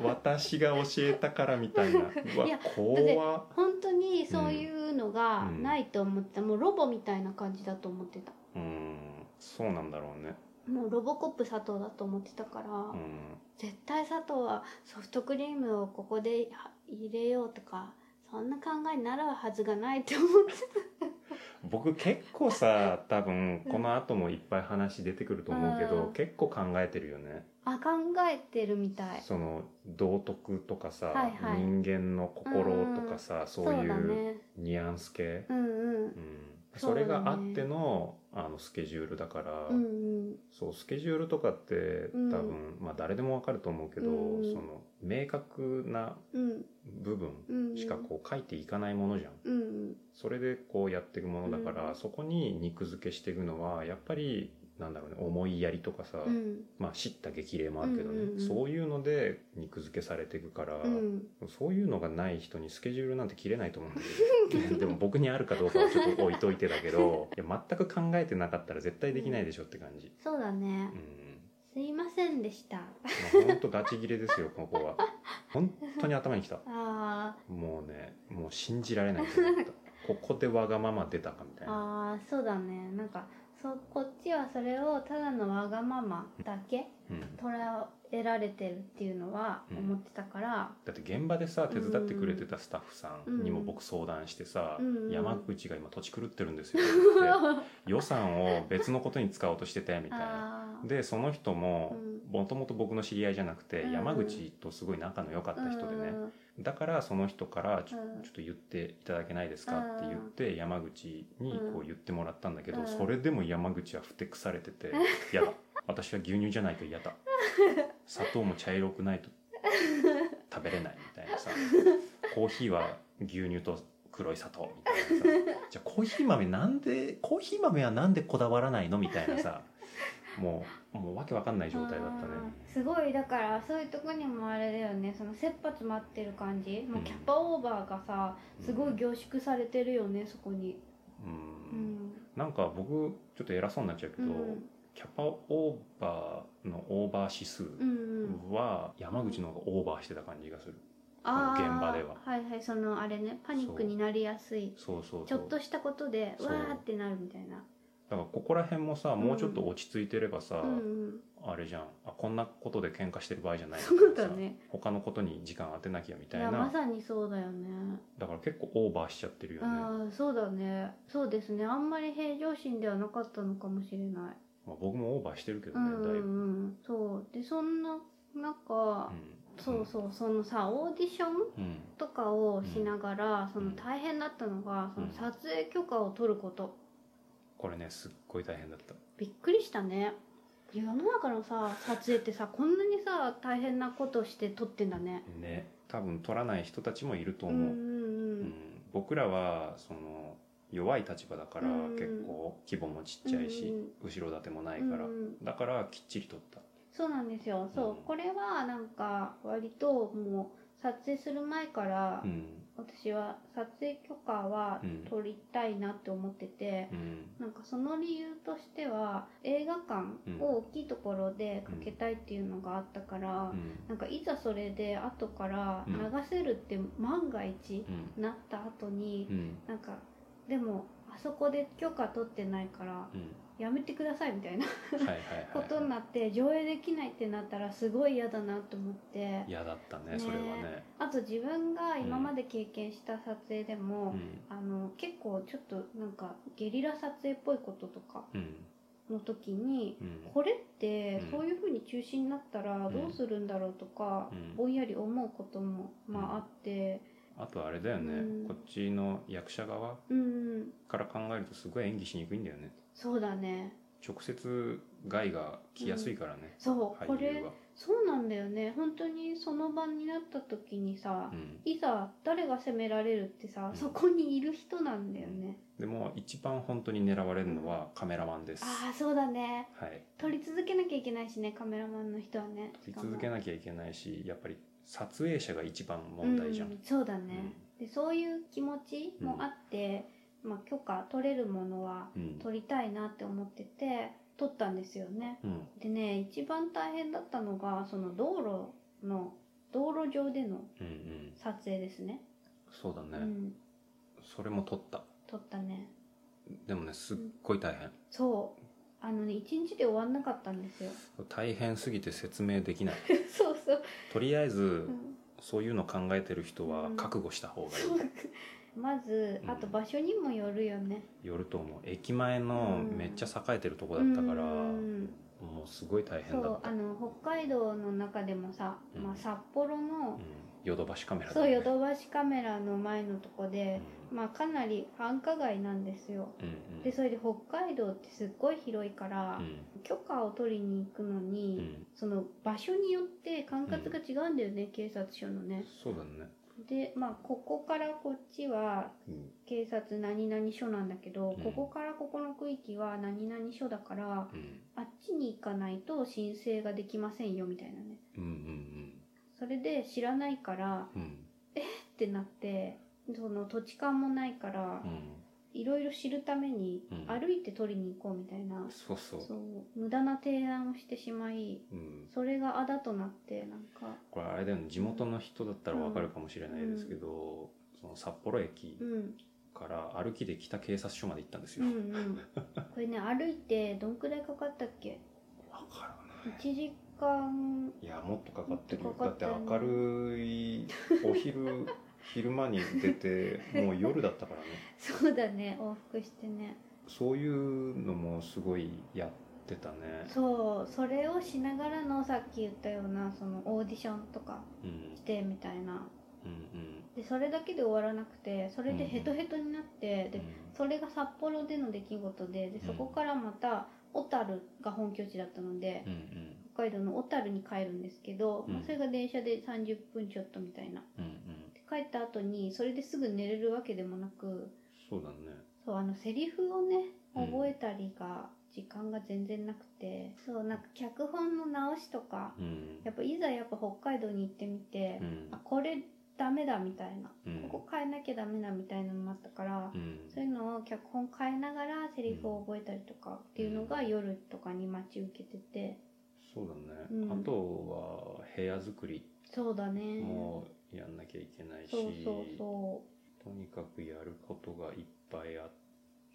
A: 私が教えたからみたいなうわ
B: いや
A: 怖っ
B: 本当にそういうのが
A: うん
B: ないと思ってた、もうロボみたいな感じだと思ってた
A: うんそうなんだろうね
B: もうロボコップ佐藤だと思ってたから、
A: うん
B: 絶対佐藤はソフトクリームをここで入れようとかそんな考えになるはずがないって思って
A: 僕結構さ多分この後もいっぱい話出てくると思うけど、
B: うん
A: 結構考えてるよね
B: あ考えてるみたい
A: その道徳とかさ、
B: はいはい
A: 人間の心とかさ、そうい
B: だ
A: う
B: ね
A: ニュアンス系、
B: うんうん
A: うん
B: そう
A: そ
B: だね
A: れがあってのあのスケジュールだから、
B: うんうん
A: そうスケジュールとかって多
B: うん
A: 分、まあ、誰でもわかると思うけど、
B: うん
A: その明確な
B: うん
A: 部分
B: うん
A: しかこう書いていかないものじゃん。
B: うんうん
A: それでこうやっていくものだから、
B: うん
A: そこに肉付けしていくのはやっぱりなんだろうね思いやりとかさ、
B: うん
A: まあ知った激励もあるけどね、
B: うんうんうん
A: そういうので肉付けされていくから、
B: うん
A: そういうのがない人にスケジュールなんて切れないと思うんだ けどでも僕にあるかどうかはちょっと置いといてだけどいや全く考えてなかったら絶対できないでしょって感じ。
B: そうだね
A: う、ん
B: すいませんでした
A: まあ、ほんとガチ切れですよここは本当に頭にきた
B: あ
A: もうねもう信じられないと 思ったここでわがまま出たかみた
B: ー
A: いな
B: あーそうだねなんかそこっちはそれをただのわがままだけ
A: うん
B: 捉えられてるっていうのは
A: うん
B: 思ってたから、
A: だって現場でさ手伝ってくれてたスタッフさんにも僕相談してさ、
B: うん
A: 山口が今土地狂ってるん ですよって言って予算を別のことに使おうとしててみたいな
B: あー
A: でその人も、
B: うん
A: もともと僕の知り合いじゃなくて、
B: うん
A: 山口とすごい仲の良かった人でね、だからその人からちょ,、
B: うん
A: ちょっと言っていただけないですかって言って山口にこう言ってもらったんだけど、
B: うん
A: それでも山口はふてくされてて「嫌だ私は牛乳じゃないと嫌だ砂糖も茶色くないと食べれない」みたいなさ「コーヒーは牛乳と黒い砂糖」みたいなさ「じゃあコーヒー豆なんでコーヒー豆はなんでこだわらないの?」みたいなさもうもうわけわかんない状態だったね。
B: あーすごいだからそういうとこにもあれだよねその切羽詰まってる感じもううんキャパオーバーがさすごい凝縮されてるよねそこに
A: う
B: うんん
A: なんか僕ちょっと偉そうになっちゃうけ
B: う
A: ど、
B: ん
A: キャパオーバーのオーバー指数
B: うん
A: は山口の方がオーバーしてた感じがする、
B: あー
A: 現場ではい
B: はいそのあれねパニックになりやすい
A: そうそう
B: ち
A: そ
B: ょ
A: う
B: っとしたことで
A: そう
B: わーってなるみたいな
A: だからここら辺もさもうちょっと落ち着いてればさ、
B: うんうん
A: あれじゃんあこんなことで喧嘩してる場合じゃない
B: そうだね
A: 他のことに時間当てなきゃみ
B: い
A: たい
B: や
A: な
B: まさにそうだよね
A: だから結構オーバーしちゃってるよね、まあ、
B: ああそうだねそうですねあんまり平常心ではなかったのかもしれない
A: 僕もオーバーしてるけど
B: う
A: ね、
B: んう
A: だいぶ、
B: んうんそうでそんな中、
A: うん、
B: そうそうそのさオーディション
A: うん、うん
B: とかをしながら、その大変だったのが、
A: うん
B: その撮影許可を取ること
A: これねすっごい大変だった
B: びっくりしたね世の中のさ撮影ってさこんなにさ大変なことして撮ってんだね
A: ね多分取らない人たちもいると
B: うん
A: 思
B: う
A: う、
B: ん
A: う
B: うん
A: ん僕らはその弱い立場だから
B: うん
A: 結構規模もちっちゃいし、後ろ盾もないから、
B: うんうん
A: だからきっちり取った
B: そうなんですよそう、
A: うん
B: これはなんか割ともう撮影する前から、
A: うん
B: 私は撮影許可は
A: うん
B: 取りたいなって思ってて、
A: うん
B: なんかその理由としては映画館を大きいところでかけたいっていうのがあったから、
A: うん
B: なんかいざそれで後から
A: う
B: 流
A: ん
B: せるって万が一
A: うん
B: なった後に
A: う、ん
B: なんかでもあそこで許可取ってないから
A: うん
B: やめてくださいみたいな
A: はいはい
B: こ
A: は
B: とになって上映できないってなったらすごい嫌だなと思って
A: い嫌だったね
B: ね
A: それはね
B: あと自分が今まで経験した撮影で
A: う
B: も、
A: ん
B: あの結構ちょっとなんかゲリラ撮影っぽいこととか
A: うん
B: の時に
A: うん
B: これって
A: うん
B: そういう風に中止になったら
A: ん
B: どうするんだろうとか、
A: うん
B: ぼんやり思うこともまああって
A: あとあれだよね、
B: うん
A: こっちの役者側
B: うん
A: から考えるとすごい演技しにくいんだよね
B: そうだね
A: 直接害が来やすいからね、
B: そうこ
A: 俳優
B: れ
A: は、
B: そうなんだよね本当にその場になった時にさ、
A: うん、
B: いざ誰が責められるってさ、
A: うん
B: そこにいる人なんだよね、
A: でも一番本当に狙われるのはカメラマンです、
B: ああそうだね
A: はい
B: 撮り続けなきゃいけないしねカメラマンの人はね
A: 撮り続けなきゃいけないしやっぱり撮影者が一番問題じゃん、
B: うそうだね、でそういう気持ちもあって、まあ、許可取れるものは
A: うん
B: 取りたいなって思ってて取ったんですよね
A: うん
B: でね一番大変だったのがその道路の道路上での
A: うんうん
B: 撮影ですね
A: そうだね、
B: うん
A: それも撮った
B: 撮ったね
A: でもねすっごい大変、
B: そうあのね一日で終わんなかったんですよ
A: 大変すぎて説明できない
B: そうそう、
A: とりあえ
B: う
A: ず
B: ん、
A: そういうの考えてる人は覚悟した方がいい、
B: まずあと場所にもよるよね
A: よると思う駅前のめっちゃ栄えてるとこだったから、
B: うん
A: もうすごい大
B: そ
A: 変だ
B: う
A: った
B: あの北海道の中でもさ、
A: うん
B: まあ、札幌の
A: うんヨドバシカメラ
B: そうヨ
A: バ
B: ドバシカメラの前のとこで、
A: シ
B: まあ、かなり繁華街なんですよ
A: うんうん
B: でそれで北海道ってすっごい広いから、許可を取りに行くの
A: うんう
B: に、
A: ん
B: その場所によって管轄が違うんだよね、警察署のね
A: そうだね、
B: でまあここからこっちは
A: うん
B: 警察何々署なんだけど、
A: うん
B: ここからここの区域は何々署だから
A: うん、
B: あっちに行かないと申請ができませんよみたいなね
A: うん
B: それで知らないから
A: うんうんうん
B: ってなってその土地勘もないから
A: うん
B: いろいろ知るために
A: うん
B: 歩いて取りに行こうみたいな、
A: そうそう
B: そう無駄な提案をしてしまい
A: うん、
B: それがあだとなってなんか
A: これあれだよね地元の人だったらわかるかもしれないですけど、その札幌駅
B: うん
A: から歩きで北警察署まで行ったんです
B: う
A: よ、
B: ん
A: わ
B: うんこれね歩いてどんくらいかかったっけ
A: かるね
B: 1時間
A: いやもっとかかってる
B: も
A: よ
B: っとかかってる
A: だって明るいお 昼昼間に出てもう夜だったからね
B: そうだね往復してね
A: そういうのもすごいやっってたね
B: そうそれをしながらのさっき言ったようなそのオーディションとか
A: うん
B: してみたいな
A: うん
B: でそれだけで終わらなくてそれでヘトヘトになって、
A: うん
B: でそれが札幌での出来事ででそこからまた小樽が本拠地だったので、
A: うんうん
B: 北海道の小樽に帰るんですけど、
A: うん
B: まあ、それが電車で30分ちょっとみたいな
A: うんうん
B: で帰った後にそれですぐ寝れるわけでもなく
A: そうだね
B: そうあのセリフをね
A: うん
B: 覚えたりが時間が全然なくて、そうなんか脚本の直しとか
A: うん
B: やっぱいざやっぱ北海道に行ってみて、
A: うん
B: あこれダメだみたいな、
A: うん
B: ここ変えなきゃダメだみたいなのもあったから、
A: うん
B: そういうのを脚本変えながらセリフを覚えたりとかっていうのが夜とかに待ち受けてて
A: そうだね、
B: うん
A: あとは部屋作り
B: そうだね
A: もやんなきゃいけないし、
B: そうそうそ
A: とにかくやることがいっぱいあっ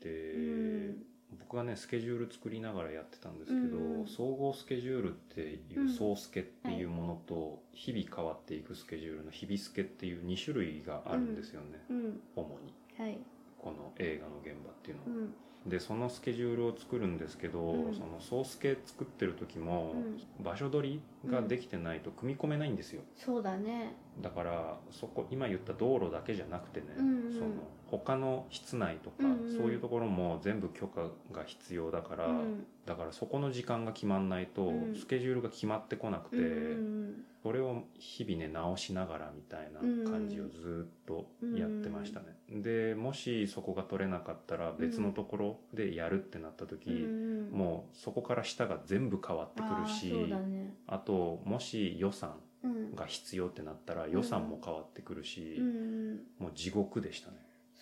A: て、
B: う、うん
A: 僕はねスケジュール作りながらやってたんですけど、
B: うんうん
A: 総合スケジュールっていう、
B: うん
A: 総スケっていうものと日々変わっていくスケジュールの日々スケっていう2種類があるんですよね、
B: うん
A: 主に
B: はい
A: この映画の現場っていうのは
B: う。ん
A: でそのスケジュールを作るんですけど、
B: うん
A: そのソース系作ってる時も、場所取りができてないと組み込めないんですよ、
B: そうだね
A: だからそこ今言った道路だけじゃなくてね、
B: うんうん
A: その他の室内とか、
B: うんうん
A: そういうところも全部許可が必要だから、
B: うん
A: だからそこの時間が決まんないと、
B: うん
A: スケジュールが決まってこなくて、
B: うんうん
A: それを日々ね直しながらみたいな感じをずっとやってましたね、でもしそこが取れなかったら別のところでやるってなった時、
B: うんうんうん
A: もうそこから下が全部変わってくるし
B: あーそうだね
A: あともし予算
B: うん
A: が必要ってなったら予算も変わってくるし、
B: うんうん
A: もう地獄でしたね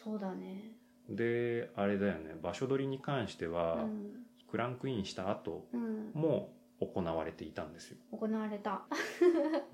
B: そうだね
A: であれだよね場所取りに関して
B: う
A: は、
B: ん
A: クランクインした後
B: うん
A: も行われていたんですよ
B: 行われた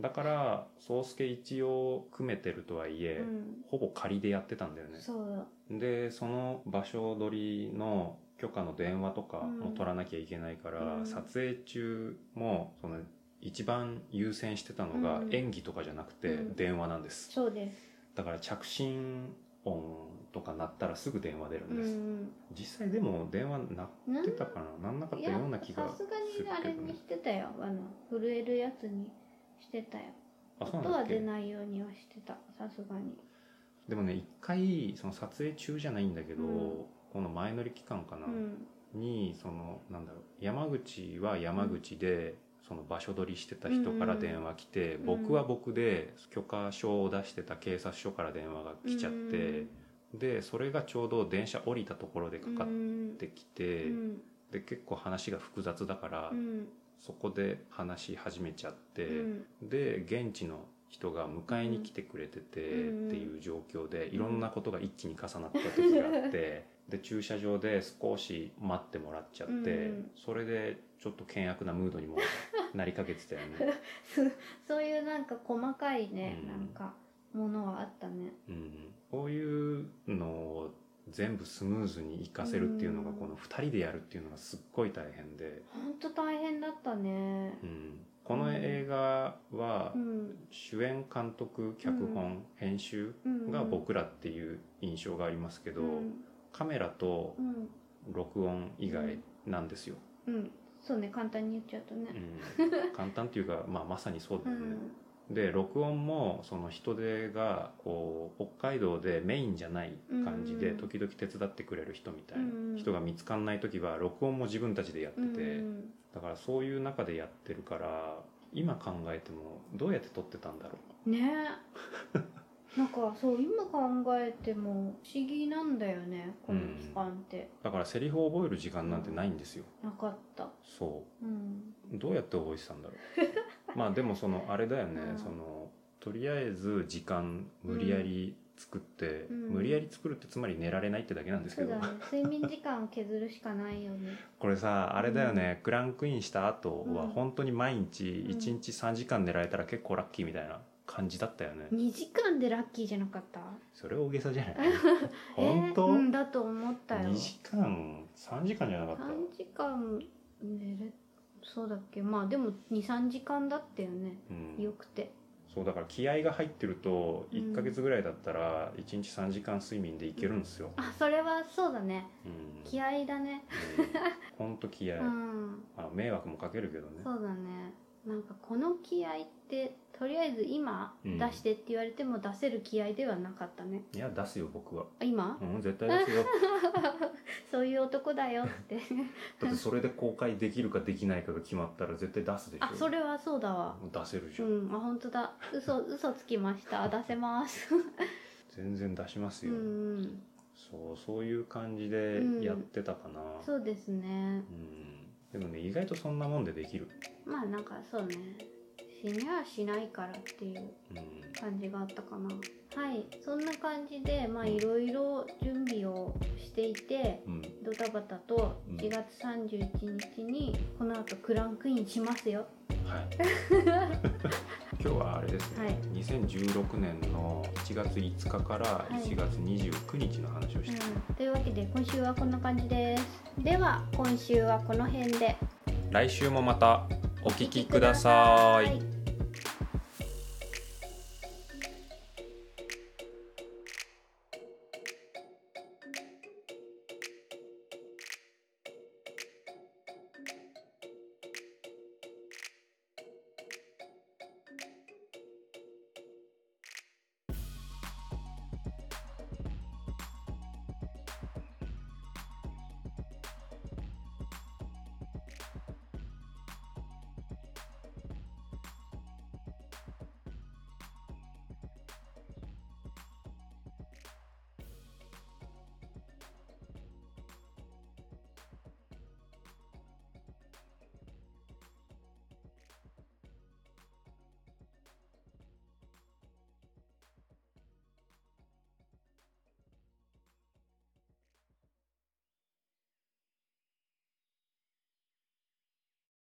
A: だから宗介一応組めてるとはいえ、
B: うん
A: ほぼ仮でやってたんだよね
B: そう
A: でその場所取りの許可の電話とかも取らなきゃいけないから、
B: うん
A: 撮影中もその一番優先してたのが
B: うん
A: 演技とかじゃなくて
B: うん
A: 電話なんです、
B: そうです
A: だから着信音とか鳴ったらすぐ電話出る
B: うんん
A: で
B: う
A: す、
B: ん
A: 実際でも電話鳴
B: なん
A: ってたかななんなかったような気が
B: さすが
A: する
B: にあ
A: け
B: れ
A: ど、
B: に
A: ね、
B: してたよあの震えるやつにしてたよ
A: あそうな
B: 音
A: んだ
B: は
A: っ
B: 出
A: け
B: ないようにはしてたさすがに
A: でもね一回その撮影中じゃないんだけど、
B: うん
A: この前乗り期間かな、
B: うん
A: にそのなんだろう山口は山口で、その場所取りしてた人から電話来て、
B: うん
A: 僕は僕で許可証を出してた警察署から電話が来ちゃって、でそれがちょうど電車降りたところでかかってきて、
B: うん
A: で結構話が複雑だから、
B: うん
A: そこで話し始めちゃって、
B: うん
A: で現地の人が迎えに来てくれててって
B: うん
A: いう状況で
B: ん
A: いろんなことが一気に重なった時があって で駐車場で少し待ってもらっちゃっ
B: う
A: て
B: ん
A: それでちょっと険悪なムードにもなりかけてたよ ね。
B: そそういうなんか細かいね、
A: うん
B: なんかものはあったね
A: うん、こういうのを全部スムーズに活かせるっていうのが
B: うん
A: この2人でやるっていうのがすっごい大変で、
B: ほんと大変だったね
A: うん、この映画は
B: うん、
A: 主演監督脚本編集
B: うん、
A: が僕らっていう印象がありますけど、
B: うん
A: カメラと
B: うん、
A: 録音以外なんですよ、
B: うん、そうね簡単に言っちゃうとね
A: うん簡単っていうか、まあ、まさにそうだ
B: う
A: よ
B: ん
A: ね、で録音もその人手がこう北海道でメインじゃない感じで
B: うん
A: 時々手伝ってくれる人みたい
B: うん
A: な人が見つかんない時は録音も自分たちでやって
B: う
A: て、
B: んうん
A: だからそういう中でやってるから今考えてもどうやって撮ってたんだろ
B: ね なんかそう今考えても不思議なんだよねこの期間って、
A: うだからセリフを覚える時間なんてないんですよ、
B: なかった
A: そう
B: うん
A: どうやって覚えてたんだろ うまあでもそのあれだよね、
B: うん
A: そのとりあえず時間無理やり作って、
B: うん
A: 無理やり作るってつまり寝られないってだけなんです
B: そ
A: け
B: う
A: ど、
B: だね睡眠時間を削るしかないよ ね
A: これさあれだよね、クランクインした後
B: う
A: は
B: ん
A: 本当に毎日
B: うん
A: 1日3時間寝られたら結構ラッキーみたいな感じだったよね、
B: 2時間でラッキーじゃなかった
A: それ大げさじゃない本当、
B: えーうん、だと思ったよ
A: 2時間3時間じゃなかった
B: 3時間寝れそうだっけまあでも23時間だったよね
A: うん
B: よくて
A: そうそうだから気合が入ってると
B: うん
A: 1ヶ月ぐらいだったら1日3時間睡眠でいけるんですよ、
B: あそれはそうだね
A: うん
B: 気合だね
A: うんほんと気合、
B: うん
A: あ迷惑もかけるけどね
B: そうだねなんかこの気合ってとりあえず今
A: うん
B: 出してって言われても出せる気合ではなかったね、
A: いや出すよ僕は
B: あ今
A: うん絶対 ですよ
B: そういう男だよって
A: だってそれで公開できるかできないかが決まったら絶対出すでしょ
B: あそれはそうだわ
A: 出せるでし
B: う
A: ょ、
B: んあ本当だ嘘嘘つきました出せます
A: 全然出します
B: う
A: よ、
B: ん
A: そうそういう感じでやってたかな、
B: そうですね
A: うんでもね意外とそんなもんでできる、
B: まあなんかそうね死にはしないからっていう
A: うん、
B: 感じがあったかなはいそんな感じでまあいろいろ準備をしていて
A: うん、
B: ドタバタと
A: うん
B: 1月31日にこの後クランクインしますよ
A: はい今日はあれですね、
B: はい
A: 2016年の1月5日から1月29日の話をして、
B: うん、というわけで今週はこんな感じですでは今週はこの辺で
A: 来週もまたお聞きくだ
B: お
A: さ
B: 聞
A: い
B: きください